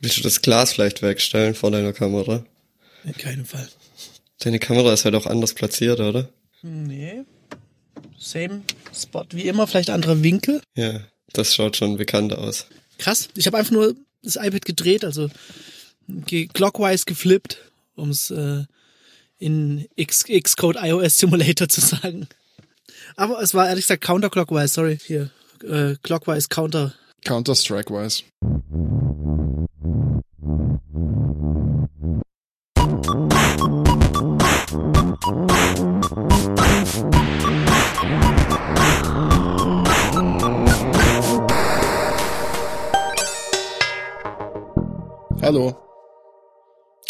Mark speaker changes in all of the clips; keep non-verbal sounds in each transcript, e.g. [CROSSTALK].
Speaker 1: Willst du das Glas vielleicht wegstellen vor deiner Kamera?
Speaker 2: In keinem Fall.
Speaker 1: Deine Kamera ist halt auch anders platziert, oder?
Speaker 2: Nee. Same Spot wie immer, vielleicht anderer Winkel.
Speaker 1: Ja, das schaut schon bekannt aus.
Speaker 2: Krass. Ich habe einfach nur das iPad gedreht, also ge clockwise geflippt, um es äh, in X Xcode iOS Simulator [LAUGHS] zu sagen. Aber es war ehrlich gesagt counterclockwise, sorry. Hier, äh, clockwise, counter.
Speaker 3: Counter-Strike-wise. Hallo.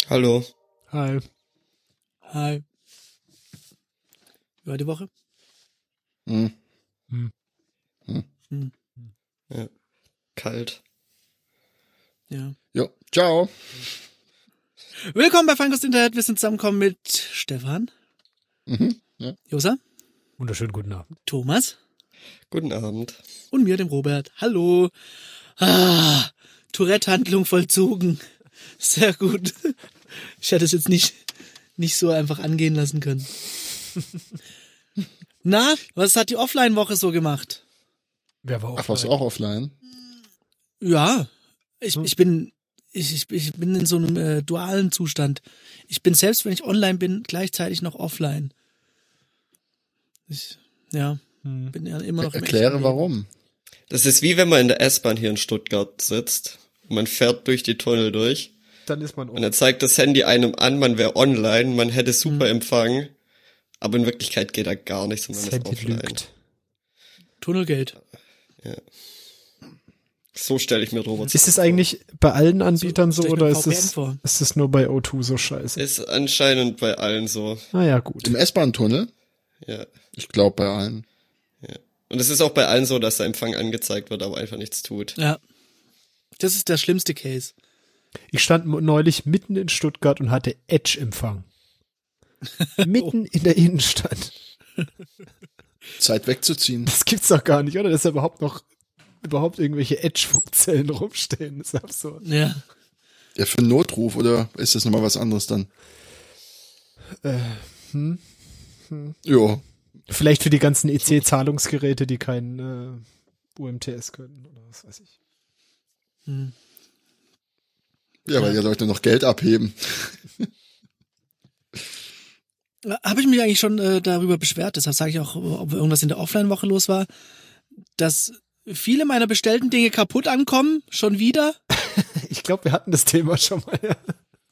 Speaker 1: Hallo.
Speaker 3: Hi.
Speaker 2: Hi. Wie war die Woche?
Speaker 3: Hm.
Speaker 1: Ja. Kalt.
Speaker 2: Ja.
Speaker 3: Jo. Ciao.
Speaker 2: Willkommen bei Funkos Internet. Wir sind zusammengekommen mit Stefan,
Speaker 3: Mhm. Ja.
Speaker 2: Josa,
Speaker 4: Wunderschönen guten Abend.
Speaker 2: Thomas
Speaker 1: Guten Abend.
Speaker 2: und mir, dem Robert. Hallo. Ah, Tourette-Handlung vollzogen. Sehr gut. Ich hätte es jetzt nicht, nicht so einfach angehen lassen können. Na, was hat die Offline-Woche so gemacht?
Speaker 4: Wer war
Speaker 3: Ach, warst du
Speaker 4: dabei?
Speaker 3: auch offline?
Speaker 2: Ja, ich, ich bin ich, ich, ich bin in so einem äh, dualen Zustand. Ich bin selbst, wenn ich online bin, gleichzeitig noch offline. Ich, ja,
Speaker 4: Hm.
Speaker 2: bin ja immer noch. im echten
Speaker 3: Erkläre
Speaker 2: Leben.
Speaker 3: warum.
Speaker 1: Das ist wie wenn man in der S-Bahn hier in Stuttgart sitzt. Und man fährt durch die Tunnel durch.
Speaker 4: Dann ist man um.
Speaker 1: Und dann zeigt das Handy einem an, man wäre online, man hätte
Speaker 4: Mhm.
Speaker 1: super Empfang. Aber in Wirklichkeit geht da gar nichts und man
Speaker 4: Das
Speaker 1: ist
Speaker 4: Handy
Speaker 1: offline.
Speaker 4: lügt.
Speaker 2: Tunnelgeld.
Speaker 1: So stelle ich mir Robert
Speaker 4: Ist es eigentlich bei allen Anbietern
Speaker 2: So
Speaker 4: so,
Speaker 2: stell ich
Speaker 4: oder
Speaker 2: mir
Speaker 4: ist
Speaker 2: VPN
Speaker 4: es,
Speaker 2: vor.
Speaker 4: ist es nur bei O2 so scheiße?
Speaker 3: Äh,
Speaker 1: Ist anscheinend bei allen so.
Speaker 4: Naja, gut.
Speaker 3: Im S-Bahn-Tunnel?
Speaker 1: Ja.
Speaker 3: Ich glaube bei allen.
Speaker 1: Und es ist auch bei allen so, dass der Empfang angezeigt wird, aber einfach nichts tut.
Speaker 2: Ja. Das ist der schlimmste Case.
Speaker 4: Ich stand mo- neulich mitten in Stuttgart und hatte Edge-Empfang. [LAUGHS] Mitten in der Innenstadt.
Speaker 3: Zeit wegzuziehen.
Speaker 4: Das gibt's doch gar nicht, oder? Dass da überhaupt noch überhaupt irgendwelche Edge-Funkzellen rumstehen. Das ist absurd.
Speaker 2: Ja.
Speaker 3: Ja, für einen Notruf oder ist das nochmal was anderes dann? Äh, hm? Jo.
Speaker 4: Vielleicht für die ganzen EC-Zahlungsgeräte, die keinen äh, UMTS können oder was weiß ich.
Speaker 3: Ja, weil die Leute noch Geld abheben.
Speaker 2: Habe ich mich eigentlich schon äh, darüber beschwert, deshalb sage ich auch, ob irgendwas in der Offline-Woche los war, dass viele meiner bestellten Dinge kaputt ankommen, schon wieder.
Speaker 4: Ich glaube, wir hatten das Thema schon mal. Ja.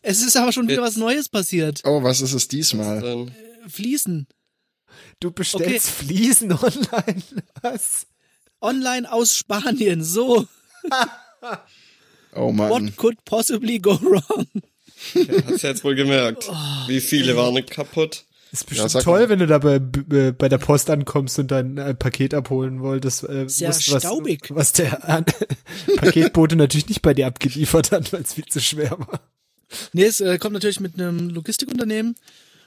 Speaker 2: Es ist aber schon wieder was Neues passiert.
Speaker 3: Oh, was ist es diesmal?
Speaker 1: Dann,
Speaker 2: Fließen.
Speaker 4: Du bestellst Fliesen online. [LAUGHS] Was?
Speaker 2: Online aus Spanien. So,
Speaker 3: Oh
Speaker 2: what
Speaker 3: Mann.
Speaker 2: could possibly go wrong?
Speaker 1: hast du jetzt wohl gemerkt.
Speaker 2: Oh,
Speaker 1: Wie viele waren kaputt?
Speaker 4: Ist
Speaker 3: Ja,
Speaker 4: bestimmt
Speaker 3: sag
Speaker 4: toll,
Speaker 3: mal.
Speaker 4: wenn du da bei, b- bei der Post ankommst und dein äh, Paket abholen wolltest. Äh,
Speaker 2: Sehr
Speaker 4: musst,
Speaker 2: staubig.
Speaker 4: Was, was der an [LAUGHS] Paketbote natürlich nicht bei dir abgeliefert hat, weil es viel zu schwer war.
Speaker 2: Nee, es äh, kommt natürlich mit einem Logistikunternehmen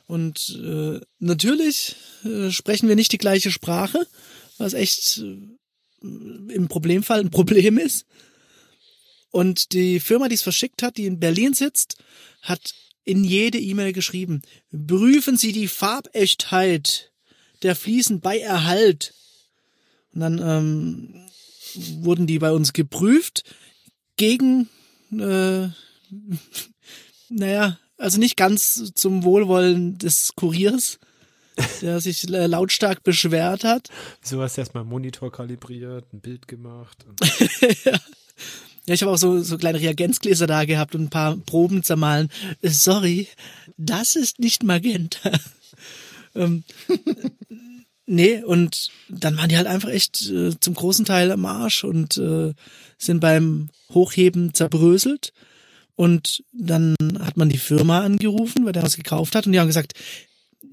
Speaker 2: und äh, natürlich äh, sprechen wir nicht die gleiche Sprache, was echt äh, im Problemfall ein [LAUGHS] Problem ist. Und die Firma, die es verschickt hat, die in Berlin sitzt, hat in jede E-Mail geschrieben, prüfen Sie die Farbechtheit der Fliesen bei Erhalt. Und dann ähm, wurden die bei uns geprüft gegen äh, naja, also nicht ganz zum Wohlwollen des Kuriers, der sich äh, lautstark beschwert hat.
Speaker 4: Wieso hast du erstmal einen Monitor kalibriert, ein Bild gemacht? Und
Speaker 2: Ja, ich habe auch so, so kleine Reagenzgläser da gehabt und ein paar Proben zermahlen. Äh, Sorry, das ist nicht Magenta. [LAUGHS] ähm, nee, und dann waren die halt einfach echt äh, zum großen Teil am Arsch und äh, sind beim Hochheben zerbröselt. Und dann hat man die Firma angerufen, weil der was gekauft hat. Und die haben gesagt,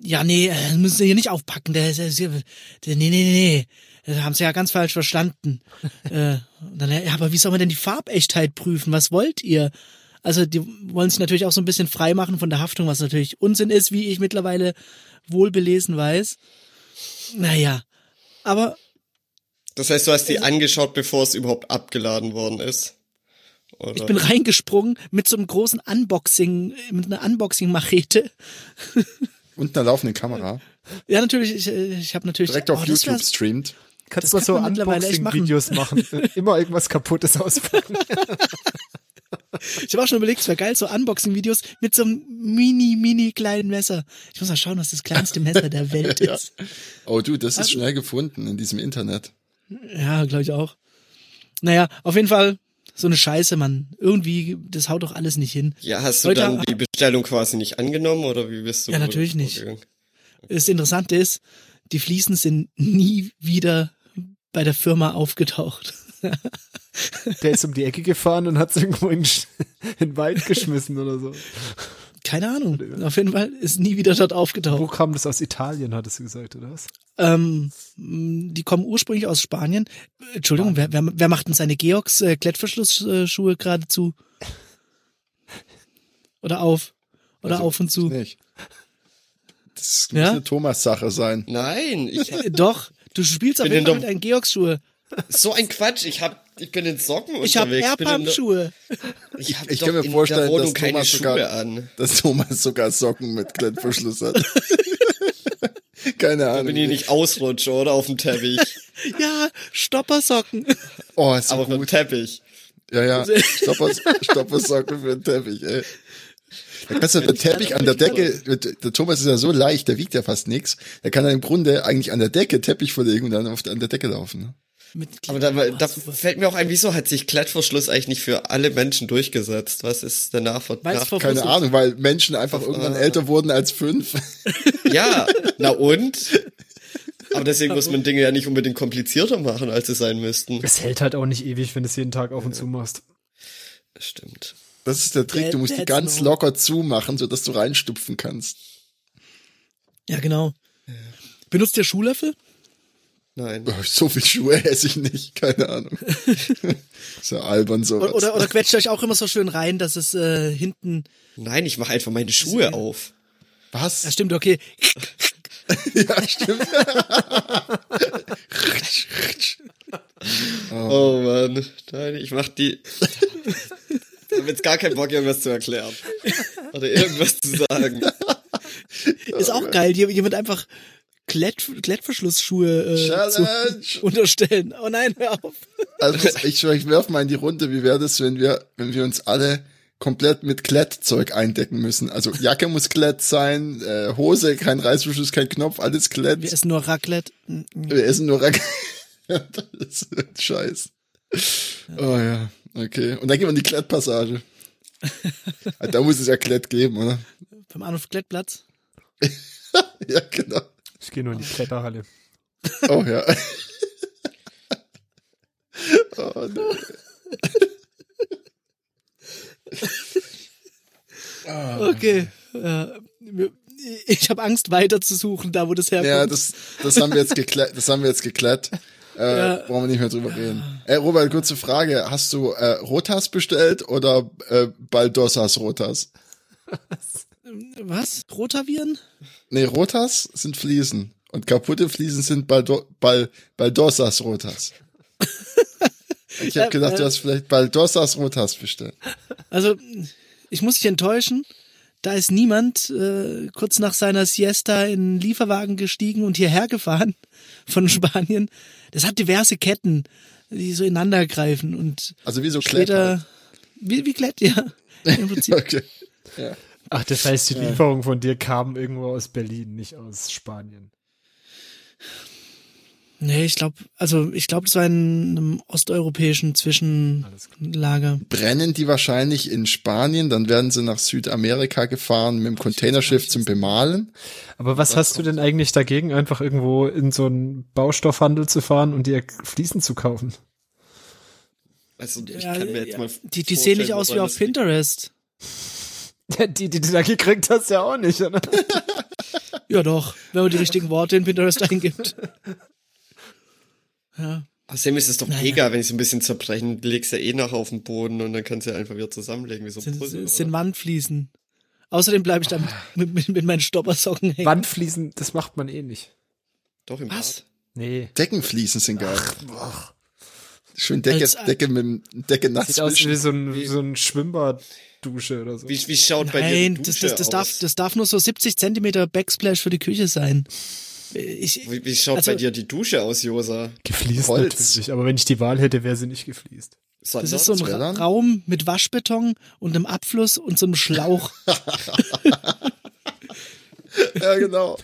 Speaker 2: ja, nee, äh, müssen Sie hier nicht aufpacken. Der, der, der, der, nee, nee, nee, nee. Das haben Sie ja ganz falsch
Speaker 3: [LAUGHS]
Speaker 2: verstanden. äh, und dann, ja, aber wie soll man denn die Farbechtheit prüfen? Was wollt ihr? Also die wollen sich natürlich auch so ein bisschen frei machen von der Haftung, was natürlich Unsinn ist, wie ich mittlerweile wohl belesen weiß. Naja, aber
Speaker 1: Das heißt, du hast die angeschaut, bevor es überhaupt abgeladen worden ist. Oder?
Speaker 2: Ich bin reingesprungen mit so einem großen Unboxing, mit einer Unboxing-Machete.
Speaker 3: Und einer laufenden Kamera.
Speaker 2: Ja, natürlich, ich, äh, ich habe natürlich.
Speaker 3: Direkt auf
Speaker 2: oh, das
Speaker 3: YouTube
Speaker 2: wär's-
Speaker 3: streamt.
Speaker 4: Kannst
Speaker 2: Das
Speaker 4: du so
Speaker 2: kann man mittlerweile echt machen.
Speaker 4: Unboxing-Videos machen.
Speaker 2: [LAUGHS]
Speaker 4: und Immer irgendwas Kaputtes auspacken.
Speaker 2: Ich habe auch schon überlegt, es wäre geil, so Unboxing-Videos mit so einem mini, mini kleinen Messer. Ich muss mal schauen, was das kleinste Messer
Speaker 1: [LAUGHS]
Speaker 2: der Welt
Speaker 3: Ja.
Speaker 2: ist.
Speaker 3: Oh du, das ist schnell gefunden in diesem Internet.
Speaker 2: Ja, glaube ich auch. Naja, auf jeden Fall so eine Scheiße, Mann. Irgendwie, das haut doch alles nicht hin.
Speaker 1: ja, hast du
Speaker 2: Leute,
Speaker 1: dann die Bestellung quasi nicht angenommen oder wie bist du?
Speaker 2: Ja, natürlich nicht.
Speaker 1: vorgegangen?
Speaker 2: Das Interessante ist, die Fliesen sind nie wieder bei der Firma aufgetaucht. [LAUGHS]
Speaker 4: Der ist um die Ecke gefahren und hat es irgendwo in, Sch- in den Wald geschmissen oder so.
Speaker 2: Keine Ahnung. Auf jeden Fall ist nie wieder dort
Speaker 4: Wo
Speaker 2: aufgetaucht.
Speaker 4: kam das aus Italien, hattest du gesagt, oder was?
Speaker 2: Ähm, mh, die kommen ursprünglich aus Spanien. Äh, Entschuldigung, wer, wer, wer macht denn seine Georgs äh, Klettverschlussschuhe gerade zu? Oder auf? Oder
Speaker 3: Also,
Speaker 2: auf und zu?
Speaker 3: Nicht. Das muss
Speaker 2: Ja?
Speaker 3: eine Thomas-Sache sein.
Speaker 1: Nein, ich
Speaker 2: Äh, Doch, du spielst auf
Speaker 1: Bin denn
Speaker 2: jeden Fall mit
Speaker 1: doch-
Speaker 2: deinen Georgs-Schuhe.
Speaker 1: so ein Quatsch. Ich hab, ich bin in Socken
Speaker 2: Ich habe
Speaker 1: unterwegs. bin in der-
Speaker 2: Airpump-Schuhe.
Speaker 1: Ich, hab
Speaker 3: Ich
Speaker 1: doch
Speaker 3: kann mir
Speaker 1: in
Speaker 3: vorstellen,
Speaker 1: der Wohnung
Speaker 3: dass
Speaker 1: keine
Speaker 3: Thomas,
Speaker 1: Schuhe
Speaker 3: sogar, Also
Speaker 1: an.
Speaker 3: dass Thomas sogar Socken mit
Speaker 1: [LAUGHS]
Speaker 3: Klettverschluss hat. Keine Ahnung.
Speaker 1: Bin ich nicht ausrutsche oder auf dem
Speaker 3: [LAUGHS]
Speaker 1: Teppich.
Speaker 2: Ja,
Speaker 1: [LAUGHS]
Speaker 2: Stoppersocken.
Speaker 3: Oh, ist so
Speaker 1: Aber auf dem
Speaker 3: gut.
Speaker 1: Teppich.
Speaker 3: Ja, ja.
Speaker 1: [LAUGHS]
Speaker 3: Stoppers, Stoppersocken für den Teppich, ey. Da kannst du den Teppich an der Decke, der Thomas ist ja so leicht, der wiegt ja fast nichts. Er kann dann im Grunde eigentlich an der Decke Teppich verlegen und dann auf, an der Decke laufen. Ne?
Speaker 2: Mit
Speaker 1: Aber da, da
Speaker 2: super.
Speaker 1: fällt mir auch ein, wieso hat sich Klettverschluss eigentlich nicht für alle Menschen durchgesetzt? Was ist danach von
Speaker 2: Weil's
Speaker 1: nach-
Speaker 2: verboten-
Speaker 3: Keine
Speaker 2: Versuch.
Speaker 3: Ahnung, weil Menschen einfach
Speaker 1: ah.
Speaker 3: irgendwann älter wurden als fünf.
Speaker 1: Ja, na und? Aber deswegen muss man Dinge ja nicht unbedingt komplizierter machen, als sie sein müssten.
Speaker 4: Es hält halt auch nicht ewig, wenn du es jeden Tag auf und zu machst.
Speaker 1: Stimmt.
Speaker 3: Das ist der Trick, du musst die
Speaker 2: That's
Speaker 3: ganz
Speaker 2: no-
Speaker 3: locker zumachen, sodass du reinstupfen kannst.
Speaker 2: Ja, genau. Benutzt ihr Schuhlöffel?
Speaker 1: Nein.
Speaker 3: So viel Schuhe [LAUGHS] esse ich nicht,
Speaker 2: [LAUGHS]
Speaker 3: keine Ahnung. ist ja albern sowas.
Speaker 2: Oder, oder, oder quetscht ihr euch auch immer so schön rein, dass es äh, hinten.
Speaker 1: Nein, ich mache einfach meine Schuhe auf.
Speaker 2: Ja,
Speaker 3: Was?
Speaker 2: stimmt, okay.
Speaker 3: Ja, [LAUGHS] stimmt.
Speaker 2: [LAUGHS]
Speaker 1: Oh Mann. Nein, ich mach die. Ich hab jetzt gar keinen Bock, irgendwas zu erklären. Oder irgendwas zu sagen.
Speaker 2: Ist auch geil. Hier hier wird einfach Klett, Klettverschlussschuhe äh, zu,
Speaker 3: Challenge!
Speaker 2: [LAUGHS] unterstellen. Oh nein, hör auf.
Speaker 3: Also ich, ich werf mal in die Runde, wie wäre das, wenn wir, wenn wir uns alle komplett mit Klettzeug eindecken müssen? Also Jacke muss Klett sein, äh, Hose, kein Reißverschluss, kein Knopf, alles Klett.
Speaker 2: Wir essen nur Raclette. Mm, mm.
Speaker 3: Wir essen nur Rack. [LAUGHS] das ist ein Scheiß. Oh ja, okay. Und dann gehen wir in die Klettpassage.
Speaker 2: [LAUGHS]
Speaker 3: Ah, da muss es ja Klett geben, oder?
Speaker 2: Beim Arnulf Klettplatz.
Speaker 3: [LAUGHS] Ja, genau.
Speaker 4: Ich gehe nur in die Kletterhalle.
Speaker 3: Oh ja. Oh, nee. Ah.
Speaker 2: Okay. Äh, wir- ich habe Angst, weiter zu suchen, da wo das herkommt.
Speaker 3: [LAUGHS] Ja, das, das haben wir jetzt geklärt. Das haben wir jetzt geklärt. Äh,
Speaker 2: Ja.
Speaker 3: Brauchen wir nicht mehr drüber reden. Äh, Robert, kurze Frage. Hast du äh, Rotas bestellt oder äh, Baldossas Rotas?
Speaker 2: Was? Rotaviren?
Speaker 3: Nee, Rotas sind Fliesen. Und kaputte Fliesen sind Baldo Bal Baldossas Rotas. Ich habe gedacht, du hast vielleicht Baldossas Rotas bestellt.
Speaker 2: Also, ich muss dich enttäuschen. Da ist niemand äh, kurz nach seiner Siesta in einen Lieferwagen gestiegen und hierher gefahren [LAUGHS] von Spanien. Das hat diverse Ketten, die so ineinander greifen und
Speaker 3: Also wie so Klett halt.
Speaker 2: später wie, wie Klett, ja.
Speaker 1: [LAUGHS]
Speaker 2: Im Prinzip.
Speaker 3: Okay.
Speaker 4: Ach, das heißt, die Lieferung von dir kam irgendwo aus Berlin, nicht aus Spanien.
Speaker 2: Nee, ich glaube, also ich glaube, das war in einem osteuropäischen Zwischenlager.
Speaker 3: Brennen die wahrscheinlich in Spanien, dann werden sie nach Südamerika gefahren mit dem Containerschiff zum Bemalen.
Speaker 4: Aber was hast du denn eigentlich dagegen, einfach irgendwo in so einen Baustoffhandel zu fahren und dir Fliesen zu kaufen?
Speaker 1: Also, ich
Speaker 2: Ja,
Speaker 1: kann mir jetzt
Speaker 2: ja.
Speaker 1: mal.
Speaker 2: die die sehen nicht
Speaker 1: vorstellen,
Speaker 2: aus wie
Speaker 1: woran
Speaker 2: auf
Speaker 1: das liegt.
Speaker 2: Pinterest.
Speaker 4: [LAUGHS] Ja, die, die du da gekriegt hast, ja auch nicht, oder?
Speaker 2: Ja doch, wenn
Speaker 1: [LAUGHS]
Speaker 2: man die richtigen Worte in Pinterest eingibt.
Speaker 1: Außerdem ist es doch egal, wenn ich so ein bisschen zerbrechen, legst ja eh nachher auf den Boden und dann kannst du ja einfach wieder zusammenlegen, wie so ein
Speaker 2: sind,
Speaker 1: Puzzle.
Speaker 2: sind
Speaker 1: oder?
Speaker 2: Wandfliesen. Außerdem bleibe ich dann
Speaker 1: Ah.
Speaker 2: mit, mit, mit meinen Stoppersocken hängen.
Speaker 4: [LAUGHS] Wandfliesen, das macht man eh nicht.
Speaker 1: Doch im
Speaker 2: Was?
Speaker 1: Bad.
Speaker 4: Nee.
Speaker 3: Deckenfliesen sind geil. Schön Decke,
Speaker 2: Als-
Speaker 3: Decke mit dem- Decke nass.
Speaker 4: Sieht aus
Speaker 3: wischen.
Speaker 4: wie so ein, wie so ein Schwimmbaddusche oder so.
Speaker 1: Wie, wie schaut bei dir
Speaker 2: Nein,
Speaker 1: die
Speaker 2: das,
Speaker 1: Dusche
Speaker 2: das, das, darf,
Speaker 1: aus?
Speaker 2: das darf nur so 70 Zentimeter Backsplash für die Küche sein. Ich,
Speaker 1: Wie, wie schaut
Speaker 2: Also-
Speaker 1: bei dir die Dusche aus, Josa?
Speaker 4: gefliest
Speaker 3: Holz.
Speaker 4: natürlich, aber wenn ich die Wahl hätte, wäre sie nicht gefliest.
Speaker 1: Sondern,
Speaker 2: das ist so ein
Speaker 3: wär
Speaker 2: Ra
Speaker 3: dann-
Speaker 2: Raum mit Waschbeton und einem Abfluss und so einem Schlauch.
Speaker 3: Ja, genau.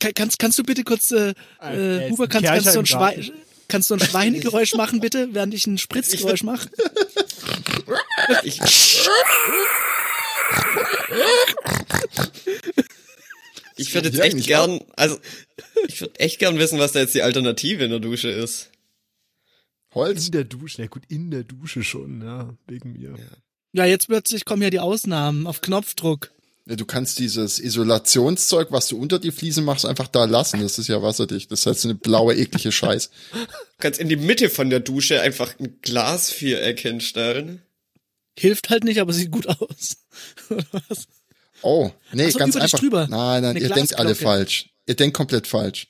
Speaker 2: Ka- kannst, kannst du bitte kurz, äh,
Speaker 4: Ah, ja,
Speaker 2: äh,
Speaker 4: ist
Speaker 2: Huber,
Speaker 4: ein
Speaker 2: kannst,
Speaker 4: Kercher
Speaker 2: kannst, du ein
Speaker 4: im
Speaker 2: Schwein,
Speaker 4: Garten.
Speaker 2: kannst du ein Schweinegeräusch machen, bitte, während ich ein Spritzgeräusch mache?
Speaker 1: [LAUGHS]
Speaker 2: [LAUGHS]
Speaker 1: ich, ich würde jetzt
Speaker 3: Ja,
Speaker 1: echt
Speaker 3: nicht
Speaker 1: gern, also ich würde echt gern wissen, was da jetzt die Alternative in der Dusche ist.
Speaker 3: Holz.
Speaker 4: In der Dusche, ja gut, in der Dusche schon, ja, wegen mir.
Speaker 2: Ja, jetzt plötzlich kommen ja die Ausnahmen auf Knopfdruck.
Speaker 3: Ja, du kannst dieses Isolationszeug, was du unter die Fliesen machst, einfach da lassen. Das ist ja wasserdicht. Das ist halt so eine blaue, eklige Scheiß.
Speaker 1: Du kannst in die Mitte von der Dusche einfach ein Glasviereck hinstellen.
Speaker 2: Hilft halt nicht, aber sieht gut aus. [LAUGHS] Oder was?
Speaker 3: Oh, nee,
Speaker 2: Ach so,
Speaker 3: ganz
Speaker 2: über dich
Speaker 3: einfach.
Speaker 2: drüber.
Speaker 3: Nein, nein,
Speaker 2: Eine
Speaker 3: ihr denkt alle
Speaker 2: Glasglocke.
Speaker 3: falsch. Ihr denkt komplett falsch.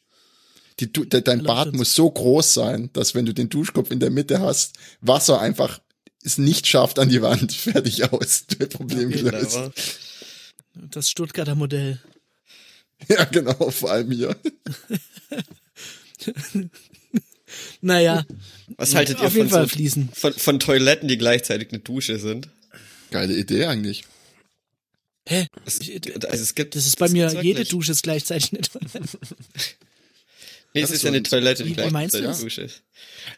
Speaker 3: Die, du, de, dein
Speaker 2: Erlaubt
Speaker 3: Bad
Speaker 2: uns.
Speaker 3: muss so groß sein, dass wenn du den Duschkopf in der Mitte hast, Wasser einfach ist nicht scharf an die Wand. [LAUGHS] Fertig aus. Problem gelöst.
Speaker 1: Aber
Speaker 2: Das Stuttgarter Modell.
Speaker 3: Ja, genau, vor allem hier.
Speaker 2: Naja,
Speaker 1: Was haltet ihr
Speaker 2: auf jeden
Speaker 1: von,
Speaker 2: Fall
Speaker 1: so,
Speaker 2: fließen.
Speaker 1: von, von Toiletten, die gleichzeitig eine Dusche sind?
Speaker 3: Geile Idee eigentlich.
Speaker 2: Hä?
Speaker 1: Also es gibt,
Speaker 2: Das ist bei mir,
Speaker 1: gibt's
Speaker 2: jede
Speaker 1: wirklich.
Speaker 2: Dusche ist gleichzeitig eine Toilette.
Speaker 1: Nee, es
Speaker 3: Das
Speaker 1: ist
Speaker 3: ist
Speaker 1: ja
Speaker 3: so
Speaker 1: eine
Speaker 3: ein-
Speaker 1: Toilette, die
Speaker 2: Wie- wie meinst du
Speaker 1: gleichzeitig eine
Speaker 2: das?
Speaker 1: Dusche ist.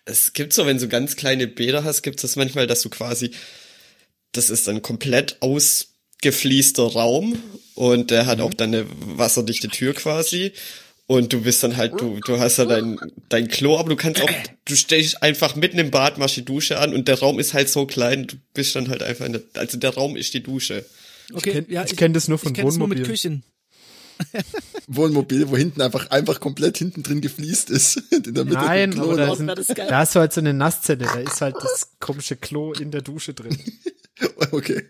Speaker 1: Es gibt so, wenn du ganz kleine Bäder hast, gibt es manchmal, dass du quasi, das ist ein komplett ausgefließter Raum und der hat
Speaker 2: Mhm.
Speaker 1: auch dann eine wasserdichte Tür quasi. Und du bist dann halt, du, du hast ja dein, dein Klo, aber du kannst auch, du stehst einfach mitten im Bad, machst die Dusche an und der Raum ist halt so klein, du bist dann halt einfach in der, also der Raum ist die Dusche.
Speaker 2: Okay,
Speaker 4: kenn- ich kenn das nur von
Speaker 2: ich kenn das nur mit
Speaker 4: Wohnmobilen.
Speaker 2: Küchen.
Speaker 3: Wohnmobil, wo hinten einfach, einfach komplett hinten drin gefliest ist. [LAUGHS] und In der Mitte
Speaker 4: Nein,
Speaker 3: ein Klo ne?
Speaker 4: aber da,
Speaker 3: noch.
Speaker 4: sind,
Speaker 2: wär das geil.
Speaker 4: da hast du halt so eine Nasszelle, da ist halt das komische Klo in der Dusche drin.
Speaker 3: [LAUGHS] Okay.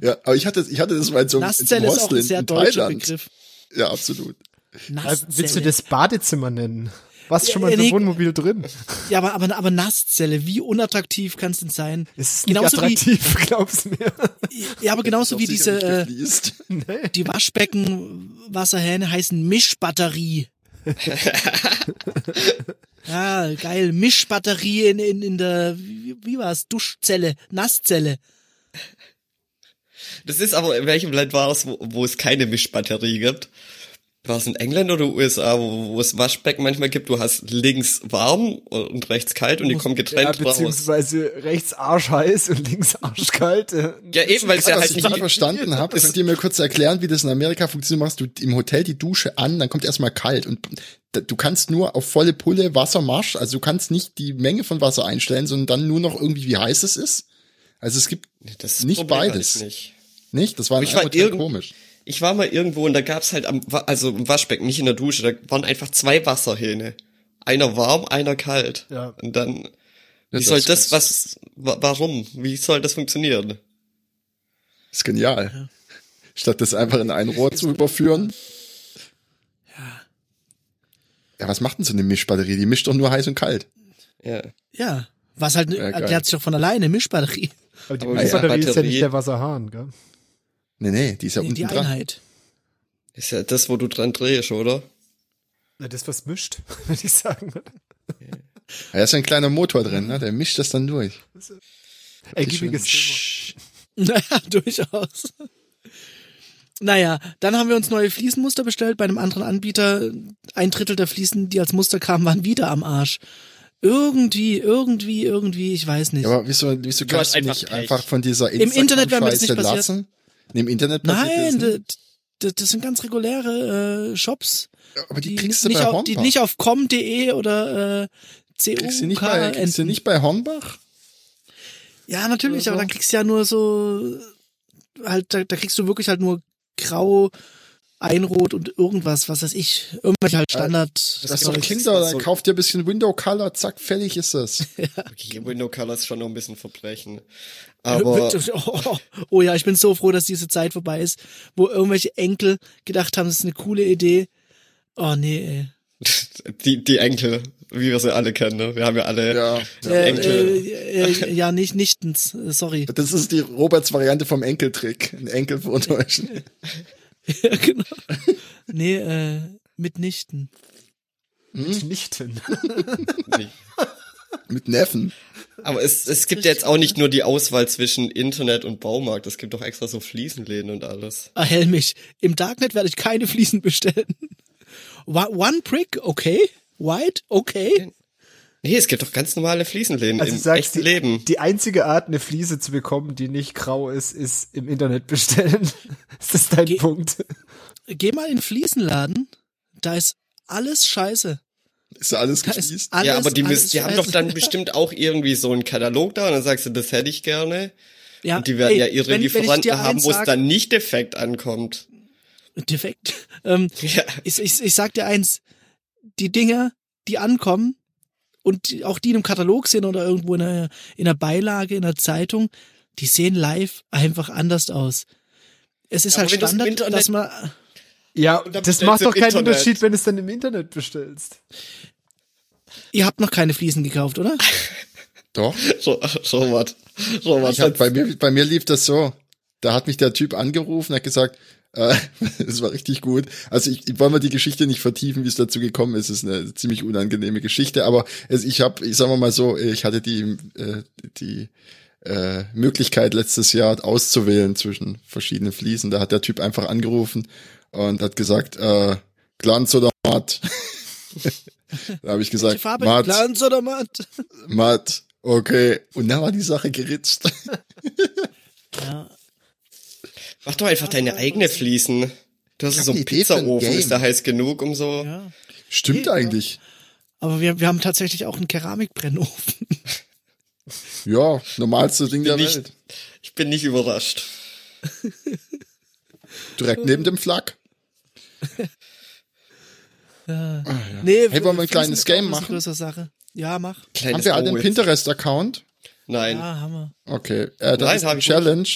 Speaker 3: Ja, aber ich hatte, ich hatte das mal so in so einem
Speaker 2: Nasszelle ist auch
Speaker 3: Hostel
Speaker 2: ein
Speaker 3: in,
Speaker 2: sehr
Speaker 3: in
Speaker 2: deutscher
Speaker 3: Thailand.
Speaker 2: Begriff.
Speaker 3: Ja, absolut.
Speaker 4: Also,
Speaker 2: Nasszelle.
Speaker 4: willst du das Badezimmer nennen? Was schon mal
Speaker 2: Ja,
Speaker 4: in einem
Speaker 2: nee.
Speaker 4: Wohnmobil drin?
Speaker 2: Ja, aber, aber, aber Nasszelle, wie unattraktiv kann es denn sein?
Speaker 4: Es ist nicht
Speaker 2: genauso wie,
Speaker 4: attraktiv, [LAUGHS] glaubst du mir?
Speaker 2: ja, aber genauso wie
Speaker 3: Doch sicher
Speaker 2: diese,
Speaker 3: nicht
Speaker 2: äh, [LAUGHS]
Speaker 3: gefliest.
Speaker 2: die Waschbecken-Wasserhähne heißen
Speaker 3: [LAUGHS]
Speaker 2: Mischbatterie. ja, geil. Mischbatterie in, in, in der, wie, wie war's? Duschzelle, Nasszelle.
Speaker 1: Das ist aber, in welchem Land war es, wo, wo es keine Mischbatterie gibt? War es in England oder USA, wo, wo es Waschbecken manchmal gibt? Du hast links warm und rechts kalt und die kommen
Speaker 4: Ja,
Speaker 1: getrennt raus.
Speaker 4: beziehungsweise rechts arschheiß und links arschkalt. äh.
Speaker 1: Ja, eben, weil es ja
Speaker 3: Was
Speaker 1: halt
Speaker 3: ich nicht
Speaker 1: nicht...
Speaker 2: [LAUGHS]
Speaker 3: verstanden habe, könnt ihr mir kurz erklären, wie das in Amerika funktioniert. Machst du im Hotel die Dusche an, dann kommt erstmal kalt und d- du kannst nur auf volle Pulle Wasser marsch, also du kannst nicht die Menge von Wasser einstellen, sondern dann nur noch irgendwie, wie heiß es ist. Also es gibt
Speaker 1: Das
Speaker 3: nicht
Speaker 1: Problem hatte ich
Speaker 3: beides.
Speaker 1: Nicht.
Speaker 3: nicht, das war
Speaker 1: Ich war
Speaker 3: einfach
Speaker 1: irgend-
Speaker 3: komisch.
Speaker 1: Ich war mal irgendwo und da gab's halt am, Wa- also im Waschbecken, nicht in der Dusche, da waren einfach zwei Wasserhähne. Einer warm, einer kalt.
Speaker 4: Ja.
Speaker 1: Und dann, wie
Speaker 3: das
Speaker 1: soll
Speaker 3: ist
Speaker 1: das, was, wa- warum? Wie soll das funktionieren?
Speaker 3: ist genial. Statt das einfach in ein Rohr zu überführen. Ja, was macht denn so eine Mischbatterie? Die mischt doch nur heiß und kalt.
Speaker 1: Ja.
Speaker 2: Ja. Was halt,
Speaker 3: Ja, geil.
Speaker 2: erklärt sich doch von alleine, Mischbatterie.
Speaker 4: Aber die
Speaker 1: Aber
Speaker 3: die
Speaker 4: Batterie ist ja
Speaker 1: Batterie-
Speaker 4: nicht der Wasserhahn, gell?
Speaker 3: Nee, nee, die ist ja
Speaker 2: Nee,
Speaker 3: unten
Speaker 2: die
Speaker 3: dran.
Speaker 2: Einheit. [LAUGHS]
Speaker 1: Ist ja das, wo du dran drehst, oder?
Speaker 4: Na, das was mischt, [LAUGHS] würde ich sagen.
Speaker 3: Ja, Da ist ja ein kleiner Motor drin,
Speaker 2: Mhm.
Speaker 3: ne? der mischt das dann durch.
Speaker 4: Ergiebiges Thema.
Speaker 2: Naja, durchaus. Naja, dann haben wir uns neue Fliesenmuster bestellt bei einem anderen Anbieter. Ein Drittel der Fliesen, die als Muster kamen, waren wieder am Arsch. Irgendwie, irgendwie, irgendwie, ich weiß nicht.
Speaker 3: Ja, aber wieso, wieso
Speaker 1: hast
Speaker 3: kannst du
Speaker 1: einfach
Speaker 3: nicht
Speaker 1: Pech.
Speaker 3: einfach von dieser
Speaker 2: Internet wäre mir das nicht
Speaker 3: Instagram-Scheiße
Speaker 2: passiert.
Speaker 3: lassen? Nee, Im Internet
Speaker 2: Nein,
Speaker 3: passiert das
Speaker 2: d- d- das sind ganz reguläre äh, Shops,
Speaker 3: nicht. aber die,
Speaker 2: die,
Speaker 3: kriegst du
Speaker 2: nicht
Speaker 3: bei
Speaker 2: auf,
Speaker 3: Hornbach.
Speaker 2: die nicht auf com.de oder äh,
Speaker 3: kriegst du nicht bei,
Speaker 2: CUK
Speaker 3: kriegst du
Speaker 2: enden.
Speaker 3: nicht bei Hornbach?
Speaker 2: Ja, natürlich,
Speaker 4: Oder
Speaker 2: aber
Speaker 4: so.
Speaker 2: dann kriegst du ja nur so halt, da, da kriegst du wirklich halt nur grau, einrot und irgendwas, was weiß ich, irgendwelche halt Standard.
Speaker 3: Das ist
Speaker 1: gibt
Speaker 3: doch
Speaker 1: doch
Speaker 3: Kinder,
Speaker 1: nichts,
Speaker 3: dann
Speaker 1: was so-
Speaker 3: kauft dir ein bisschen Window Color, zack, fertig ist das.
Speaker 1: Okay, Window Color ist schon noch ein bisschen Verbrechen. Aber
Speaker 2: [LAUGHS] oh, oh, oh ja, ich bin so froh, dass diese Zeit vorbei ist, wo irgendwelche Enkel gedacht haben, das ist eine coole Idee. Oh nee, ey.
Speaker 1: Die, die Enkel, wie wir sie alle kennen. Ne? Wir haben ja alle
Speaker 3: Ja.
Speaker 2: Äh,
Speaker 1: Enkel.
Speaker 2: äh, äh, ja, nicht, nichtens, äh, sorry.
Speaker 3: Das ist die Roberts-Variante vom Enkeltrick. Ein Enkel
Speaker 2: [LAUGHS]
Speaker 3: veruntäuschen.
Speaker 2: ja, genau. [LAUGHS] Nee, äh, mitnichten.
Speaker 4: Mitnichten.
Speaker 3: Mit Neffen.
Speaker 1: Aber es, es gibt ja jetzt auch nicht nur die Auswahl zwischen Internet und Baumarkt. Es gibt doch extra so Fliesenläden und alles.
Speaker 2: Ah, Helmich, im Darknet werde ich keine Fliesen bestellen. Wa- One Prick, okay. White, okay.
Speaker 1: Nee, es gibt doch ganz normale Fliesenläden
Speaker 4: Also
Speaker 1: im
Speaker 4: ich sag's,
Speaker 1: echten
Speaker 4: die,
Speaker 1: Leben.
Speaker 4: die einzige Art, eine Fliese zu bekommen, die nicht grau ist, ist im Internet bestellen. [LAUGHS] Das ist dein
Speaker 2: Ge-
Speaker 4: Punkt.
Speaker 2: Geh mal in den Fliesenladen, da ist alles scheiße.
Speaker 3: Ist ja alles
Speaker 2: Da ist
Speaker 3: gefließt.
Speaker 2: alles,
Speaker 1: ja, aber die,
Speaker 2: alles
Speaker 1: müssen, die haben
Speaker 2: scheiße.
Speaker 1: doch dann bestimmt auch irgendwie so einen Katalog da und dann sagst du, das hätte ich gerne.
Speaker 2: ja,
Speaker 1: Und die werden
Speaker 2: ey,
Speaker 1: ja ihre
Speaker 2: wenn- wenn ich dir
Speaker 1: Lieferanten haben,
Speaker 2: eins
Speaker 1: wo es
Speaker 2: sag-
Speaker 1: dann nicht defekt ankommt. [LAUGHS]
Speaker 2: Defekt. [LAUGHS] Ähm,
Speaker 1: Ja.
Speaker 2: ich, ich, ich sag dir eins, die Dinger, die ankommen und die, auch die in einem Katalog sind oder irgendwo in einer, in einer Beilage, in einer Zeitung, die sehen live einfach anders aus. Es
Speaker 1: Ja,
Speaker 2: ist halt
Speaker 1: aber wenn du's im
Speaker 2: Standard,
Speaker 1: Internet-
Speaker 2: dass man...
Speaker 4: Ja,
Speaker 1: dann
Speaker 4: das
Speaker 1: bestellst
Speaker 4: macht
Speaker 1: du im
Speaker 4: doch keinen
Speaker 1: Internet.
Speaker 4: Unterschied, wenn du es dann im Internet bestellst.
Speaker 2: Ihr habt noch keine Fliesen gekauft, oder?
Speaker 3: Doch.
Speaker 1: So, so was. So was.
Speaker 3: Ich hab, bei, mir, bei mir lief das so. Da hat mich der Typ angerufen, hat gesagt, äh, [LAUGHS] es war richtig gut. Also ich, ich wollen wir die Geschichte nicht vertiefen, wie es dazu gekommen ist. Es ist eine ziemlich unangenehme Geschichte, aber es, ich habe, ich sagen wir mal so, ich hatte die äh, die äh, Möglichkeit letztes Jahr auszuwählen zwischen verschiedenen Fliesen. Da hat der Typ einfach angerufen und hat gesagt, äh, Glanz oder matt. [LAUGHS] da habe ich
Speaker 2: Die
Speaker 3: gesagt,
Speaker 2: Farbe,
Speaker 3: matt,
Speaker 2: Glanz oder matt?
Speaker 3: matt, okay. Und da war die Sache geritzt.
Speaker 2: Ja,
Speaker 1: Mach doch einfach deine eigene Fliesen. Du hast
Speaker 3: Ich hab
Speaker 1: so
Speaker 3: eine
Speaker 1: einen
Speaker 3: Idee für ein
Speaker 1: Pizzaofen,
Speaker 3: Game.
Speaker 1: ist der heiß genug, um so.
Speaker 2: ja.
Speaker 3: Stimmt eigentlich.
Speaker 2: Aber wir, wir haben tatsächlich auch einen Keramikbrennofen.
Speaker 3: Ja, normalste Ding der
Speaker 1: Nicht-
Speaker 3: Welt.
Speaker 1: Ich bin nicht überrascht.
Speaker 3: Direkt neben dem Flak.
Speaker 2: Nee,
Speaker 3: Hey, wollen wir
Speaker 2: Fliesen
Speaker 3: ein kleines
Speaker 2: ist
Speaker 3: Game
Speaker 2: auch eine
Speaker 3: machen?
Speaker 2: größere Sache. Ja, mach.
Speaker 1: Kleines
Speaker 3: Haben wir alle einen
Speaker 1: Oh, jetzt-
Speaker 3: Pinterest-Account?
Speaker 1: Nein.
Speaker 2: Ja, Hammer.
Speaker 3: Okay, äh, das
Speaker 1: Nein,
Speaker 3: ist
Speaker 1: hab
Speaker 3: eine
Speaker 1: ich
Speaker 3: Challenge.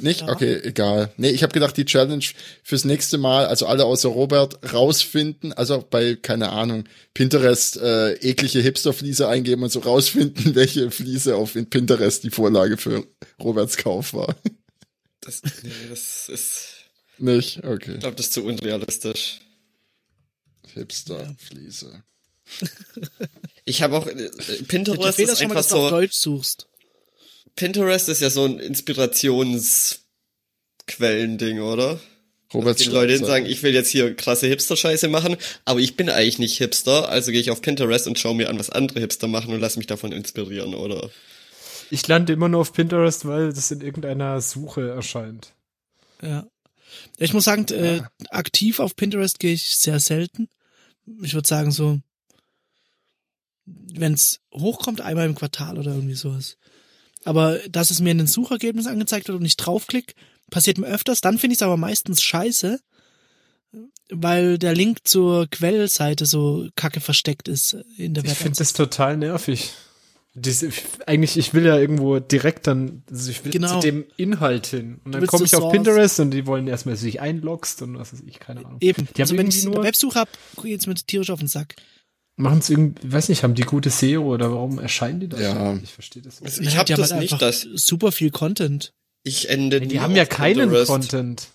Speaker 3: Nicht?
Speaker 2: Ja.
Speaker 3: Okay, egal. Nee, ich habe gedacht, die Challenge fürs nächste Mal, also alle außer Robert, rausfinden, also bei, keine Ahnung, Pinterest äh, eklige Hipster-Fliese eingeben und so rausfinden, [LAUGHS] welche Fliese auf in Pinterest die Vorlage für Roberts Kauf war. [LAUGHS]
Speaker 1: Das, nee, das ist.
Speaker 3: Nicht? Okay.
Speaker 1: Ich glaube, das ist zu unrealistisch.
Speaker 3: Hipster-Fliese.
Speaker 1: Ich habe auch. äh,
Speaker 2: Der
Speaker 1: Pinterest
Speaker 2: Fehler
Speaker 1: ist
Speaker 2: ist schon mal,
Speaker 1: einfach
Speaker 2: dass du auf
Speaker 1: so.
Speaker 2: Deutsch suchst.
Speaker 1: Pinterest ist ja so ein Inspirationsquellending, oder?
Speaker 3: Roberts
Speaker 1: Die Leute
Speaker 3: Schweizer.
Speaker 1: sagen, ich will jetzt hier krasse Hipster-Scheiße machen, aber ich bin eigentlich nicht Hipster, also gehe ich auf Pinterest und schaue mir an, was andere Hipster machen und lass mich davon inspirieren, oder?
Speaker 4: Ich lande immer nur auf Pinterest, weil das in irgendeiner Suche erscheint.
Speaker 2: Ja. Ich muss sagen, äh, aktiv auf Pinterest gehe ich sehr selten. Ich würde sagen, so, wenn's hochkommt, einmal im Quartal oder irgendwie sowas. Aber dass es mir in den Suchergebnissen angezeigt wird und ich draufklick, passiert mir öfters. Dann finde ich es aber meistens scheiße, weil der Link zur Quellseite so kacke versteckt ist in der
Speaker 4: Ich finde
Speaker 2: Webansicht.
Speaker 4: das total nervig. Dies, ich, eigentlich, ich will ja irgendwo direkt dann, also ich will
Speaker 2: Genau.
Speaker 4: zu dem Inhalt hin. Und dann
Speaker 2: willst zur
Speaker 4: komme ich auf
Speaker 2: Source.
Speaker 4: Pinterest und die wollen erstmal, dass du dich einloggst und was weiß ich, keine Ahnung.
Speaker 1: E-
Speaker 2: Eben.
Speaker 4: Die haben
Speaker 2: also wenn ich
Speaker 4: irgendwie
Speaker 2: eine
Speaker 4: nur,
Speaker 2: Websuche hab, geht's mir tierisch auf den Sack.
Speaker 4: machen es irgendwie, weiß nicht, haben die gute SEO oder warum erscheinen die da?
Speaker 3: Ja.
Speaker 4: Ich verstehe das nicht.
Speaker 1: Ich
Speaker 2: Ja,
Speaker 1: habe
Speaker 2: die haben
Speaker 1: das
Speaker 2: halt
Speaker 1: nicht,
Speaker 2: einfach
Speaker 1: dass
Speaker 2: super viel Content.
Speaker 1: ich ende. nie
Speaker 4: Die haben ja
Speaker 1: auf
Speaker 4: keinen
Speaker 1: Pinterest.
Speaker 4: Content.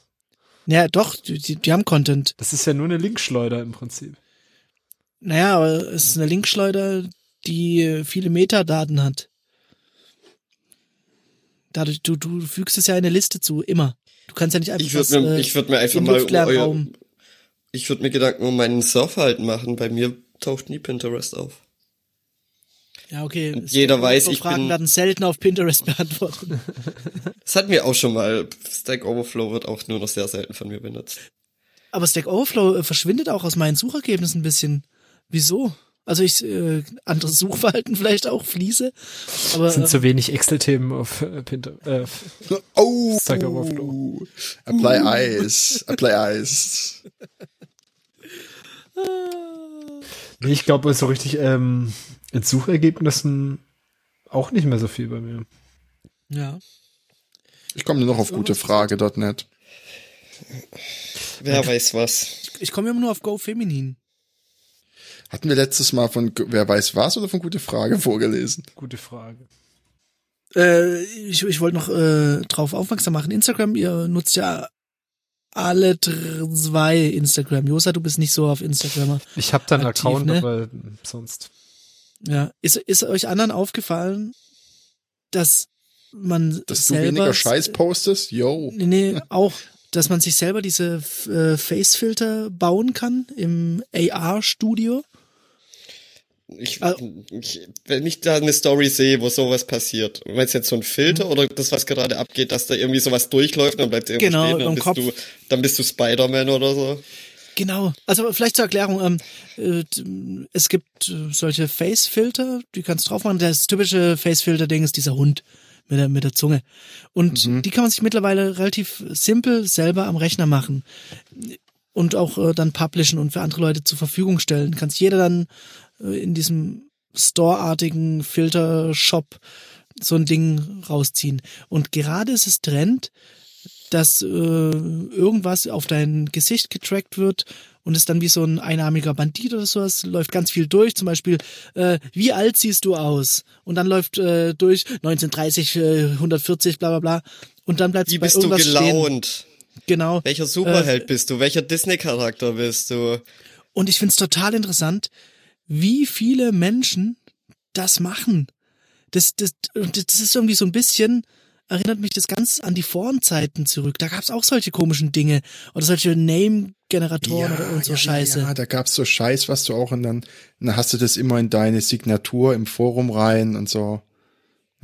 Speaker 2: Ja, doch, die, die, die haben Content.
Speaker 4: Das ist ja nur eine Linkschleuder im Prinzip.
Speaker 2: Naja, aber es ist eine Linkschleuder, die äh, viele Metadaten hat. Dadurch, du, du fügst es ja in eine Liste zu, immer. Du kannst ja nicht einfach
Speaker 1: Ich
Speaker 2: was,
Speaker 1: würde mir,
Speaker 2: äh,
Speaker 1: ich würd mir einfach
Speaker 2: im
Speaker 1: mal um
Speaker 2: luftleeren
Speaker 1: euer,
Speaker 2: Raum.
Speaker 1: ich würde mir Gedanken um meinen Surfverhalten machen. Bei mir taucht nie Pinterest auf.
Speaker 2: Ja, okay.
Speaker 1: Und jeder weiß, ich
Speaker 2: Fragen
Speaker 1: bin-
Speaker 2: werden selten auf Pinterest [LAUGHS] beantwortet.
Speaker 1: Das hatten wir auch schon mal. Stack Overflow wird auch nur noch sehr selten von mir benutzt.
Speaker 2: Aber Stack Overflow äh, verschwindet auch aus meinen Suchergebnissen ein bisschen. Wieso? Also ich äh, anderes [LAUGHS] Suchverhalten vielleicht auch fließe, aber
Speaker 4: Es sind
Speaker 2: äh,
Speaker 4: zu wenig Excel-Themen auf äh, Pinterest. Äh,
Speaker 3: Oh!
Speaker 4: Stack Overflow.
Speaker 3: Apply Eyes. Apply Eyes.
Speaker 4: nee, ich glaube, so richtig ähm, in Suchergebnissen auch nicht mehr so viel bei mir.
Speaker 2: äh, ja.
Speaker 3: Ich komme nur noch auf gute Frage.net.
Speaker 1: Wer weiß was.
Speaker 2: Ich komme immer nur auf Go Feminin.
Speaker 3: Hatten wir letztes Mal von G- Wer weiß was oder von Gute Frage vorgelesen?
Speaker 4: Gute Frage.
Speaker 2: Äh, ich ich wollte noch äh, drauf aufmerksam machen. Instagram, ihr nutzt ja alle dr- zwei Instagram. Josa, du bist nicht so auf Instagrammer.
Speaker 4: Ich habe da einen
Speaker 2: Aktiv,
Speaker 4: Account,
Speaker 2: ne?
Speaker 4: aber sonst.
Speaker 2: Ja. Ist, ist euch anderen aufgefallen, dass man
Speaker 3: Dass du
Speaker 2: selber
Speaker 3: weniger Scheiß postest? Yo.
Speaker 2: Nee, nee, auch, dass man sich selber diese f- äh, Facefilter bauen kann im AR-Studio.
Speaker 1: Ich,
Speaker 2: Ah.
Speaker 1: ich, wenn ich da eine Story sehe, wo sowas passiert, wenn es jetzt so ein
Speaker 2: Mhm.
Speaker 1: Filter oder das, was gerade abgeht, dass da irgendwie sowas durchläuft und dann bleibt irgendwo
Speaker 2: Genau,
Speaker 1: stehen, dann
Speaker 2: überm
Speaker 1: bist,
Speaker 2: Kopf.
Speaker 1: du, dann bist du Spider-Man oder so.
Speaker 2: Genau. Also vielleicht zur Erklärung, ähm, äh, d- es gibt äh, solche Face-Filter, die kannst drauf machen. Das typische Face-Filter-Ding ist dieser Hund mit der, mit der Zunge. Und die kann man sich mittlerweile relativ simpel selber am Rechner machen. Und auch äh, dann publishen und für andere Leute zur Verfügung stellen. Kannst jeder dann äh, in diesem Store-artigen Filter-Shop so ein Ding rausziehen. Und gerade ist es Trend, dass äh, irgendwas auf dein Gesicht getrackt wird und es dann wie so ein einarmiger Bandit oder sowas, läuft ganz viel durch, zum Beispiel, äh, wie alt siehst du aus? Und dann läuft äh, durch 1930, äh, 140, bla bla bla. Und dann bleibst
Speaker 1: Wie
Speaker 2: du bei
Speaker 1: bist du
Speaker 2: irgendwas stehen.
Speaker 1: gelaunt?
Speaker 2: Genau.
Speaker 1: Welcher Superheld bist du? Welcher Disney-Charakter bist du?
Speaker 2: Und ich find's total interessant, wie viele Menschen das machen. Das, das, und das ist irgendwie so ein bisschen, erinnert mich das ganz an die Vornzeiten zurück. Da gab's auch solche komischen Dinge oder solche Name-Generatoren oder irgend so Scheiße.
Speaker 3: Ja, da gab's so Scheiß, was du auch und dann, dann hast du das immer in deine Signatur im Forum rein und so.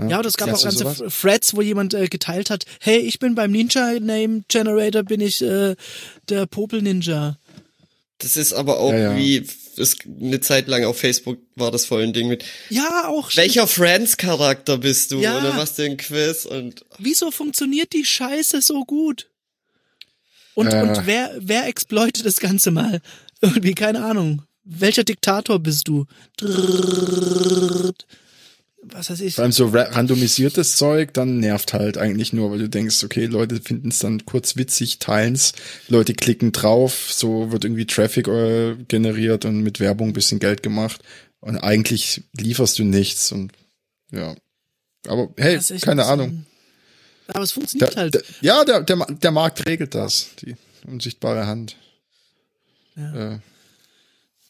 Speaker 2: Ja, und es gab auch
Speaker 3: Kennst du
Speaker 2: ganze
Speaker 3: sowas?
Speaker 2: Threads, wo jemand äh, geteilt hat, hey, ich bin beim Ninja-Name-Generator, bin ich äh, der Popel-Ninja.
Speaker 1: Das ist aber auch
Speaker 3: Ja, ja.
Speaker 1: wie, es, eine Zeit lang auf Facebook war das voll ein Ding mit,
Speaker 2: Ja, auch.
Speaker 1: welcher Friends-Charakter bist du?
Speaker 2: Ja.
Speaker 1: Und dann machst du ein Quiz und
Speaker 2: wieso funktioniert die Scheiße so gut? Und,
Speaker 3: Äh.
Speaker 2: und wer, wer exploitet das Ganze mal? Irgendwie, keine Ahnung. Welcher Diktator bist du? Drrrrrrrrrrrrrrrrrrrrrrrrrrrrrrrrrrrrrrrrr. Was weiß ich.
Speaker 3: Vor allem so ra randomisiertes Zeug, dann nervt halt eigentlich nur, weil du denkst, okay, Leute finden es dann kurz witzig, teilen's, Leute klicken drauf, so wird irgendwie Traffic äh, generiert und mit Werbung ein bisschen Geld gemacht und eigentlich lieferst du nichts und ja. Aber hey,
Speaker 2: Das ist echt
Speaker 3: keine
Speaker 2: ein bisschen-
Speaker 3: Ahnung.
Speaker 2: Aber es
Speaker 3: Der,
Speaker 2: funktioniert halt.
Speaker 3: der, ja, der, der, Ma- der Markt regelt das, die unsichtbare Hand. Äh,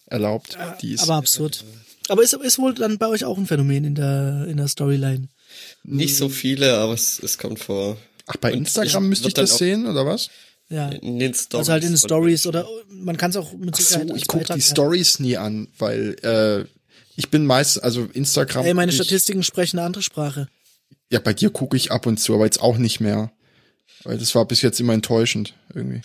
Speaker 3: erlaubt dies.
Speaker 2: aber absurd. Aber ist, ist wohl dann bei euch auch ein Phänomen in der, in der Storyline.
Speaker 1: nicht
Speaker 2: Mhm.
Speaker 1: so viele, aber es, es kommt vor.
Speaker 3: Ach, bei
Speaker 1: Und
Speaker 3: Instagram
Speaker 1: ich-
Speaker 3: müsste
Speaker 1: wird
Speaker 3: ich das
Speaker 1: dann auch-
Speaker 3: sehen, oder was?
Speaker 2: Ja.
Speaker 1: In den Stories.
Speaker 2: Also halt in den Stories oder man kann es auch mit
Speaker 3: Ach so,
Speaker 2: Sicherheit als
Speaker 3: ich gucke
Speaker 2: Beitrag
Speaker 3: die
Speaker 2: halten.
Speaker 3: Stories nie an, weil äh, ich bin meist, also Instagram.
Speaker 2: Ey, meine
Speaker 3: ich,
Speaker 2: Statistiken sprechen eine andere Sprache.
Speaker 3: Ja, bei dir gucke ich ab und zu, aber jetzt auch nicht mehr. Weil das war bis jetzt immer enttäuschend irgendwie.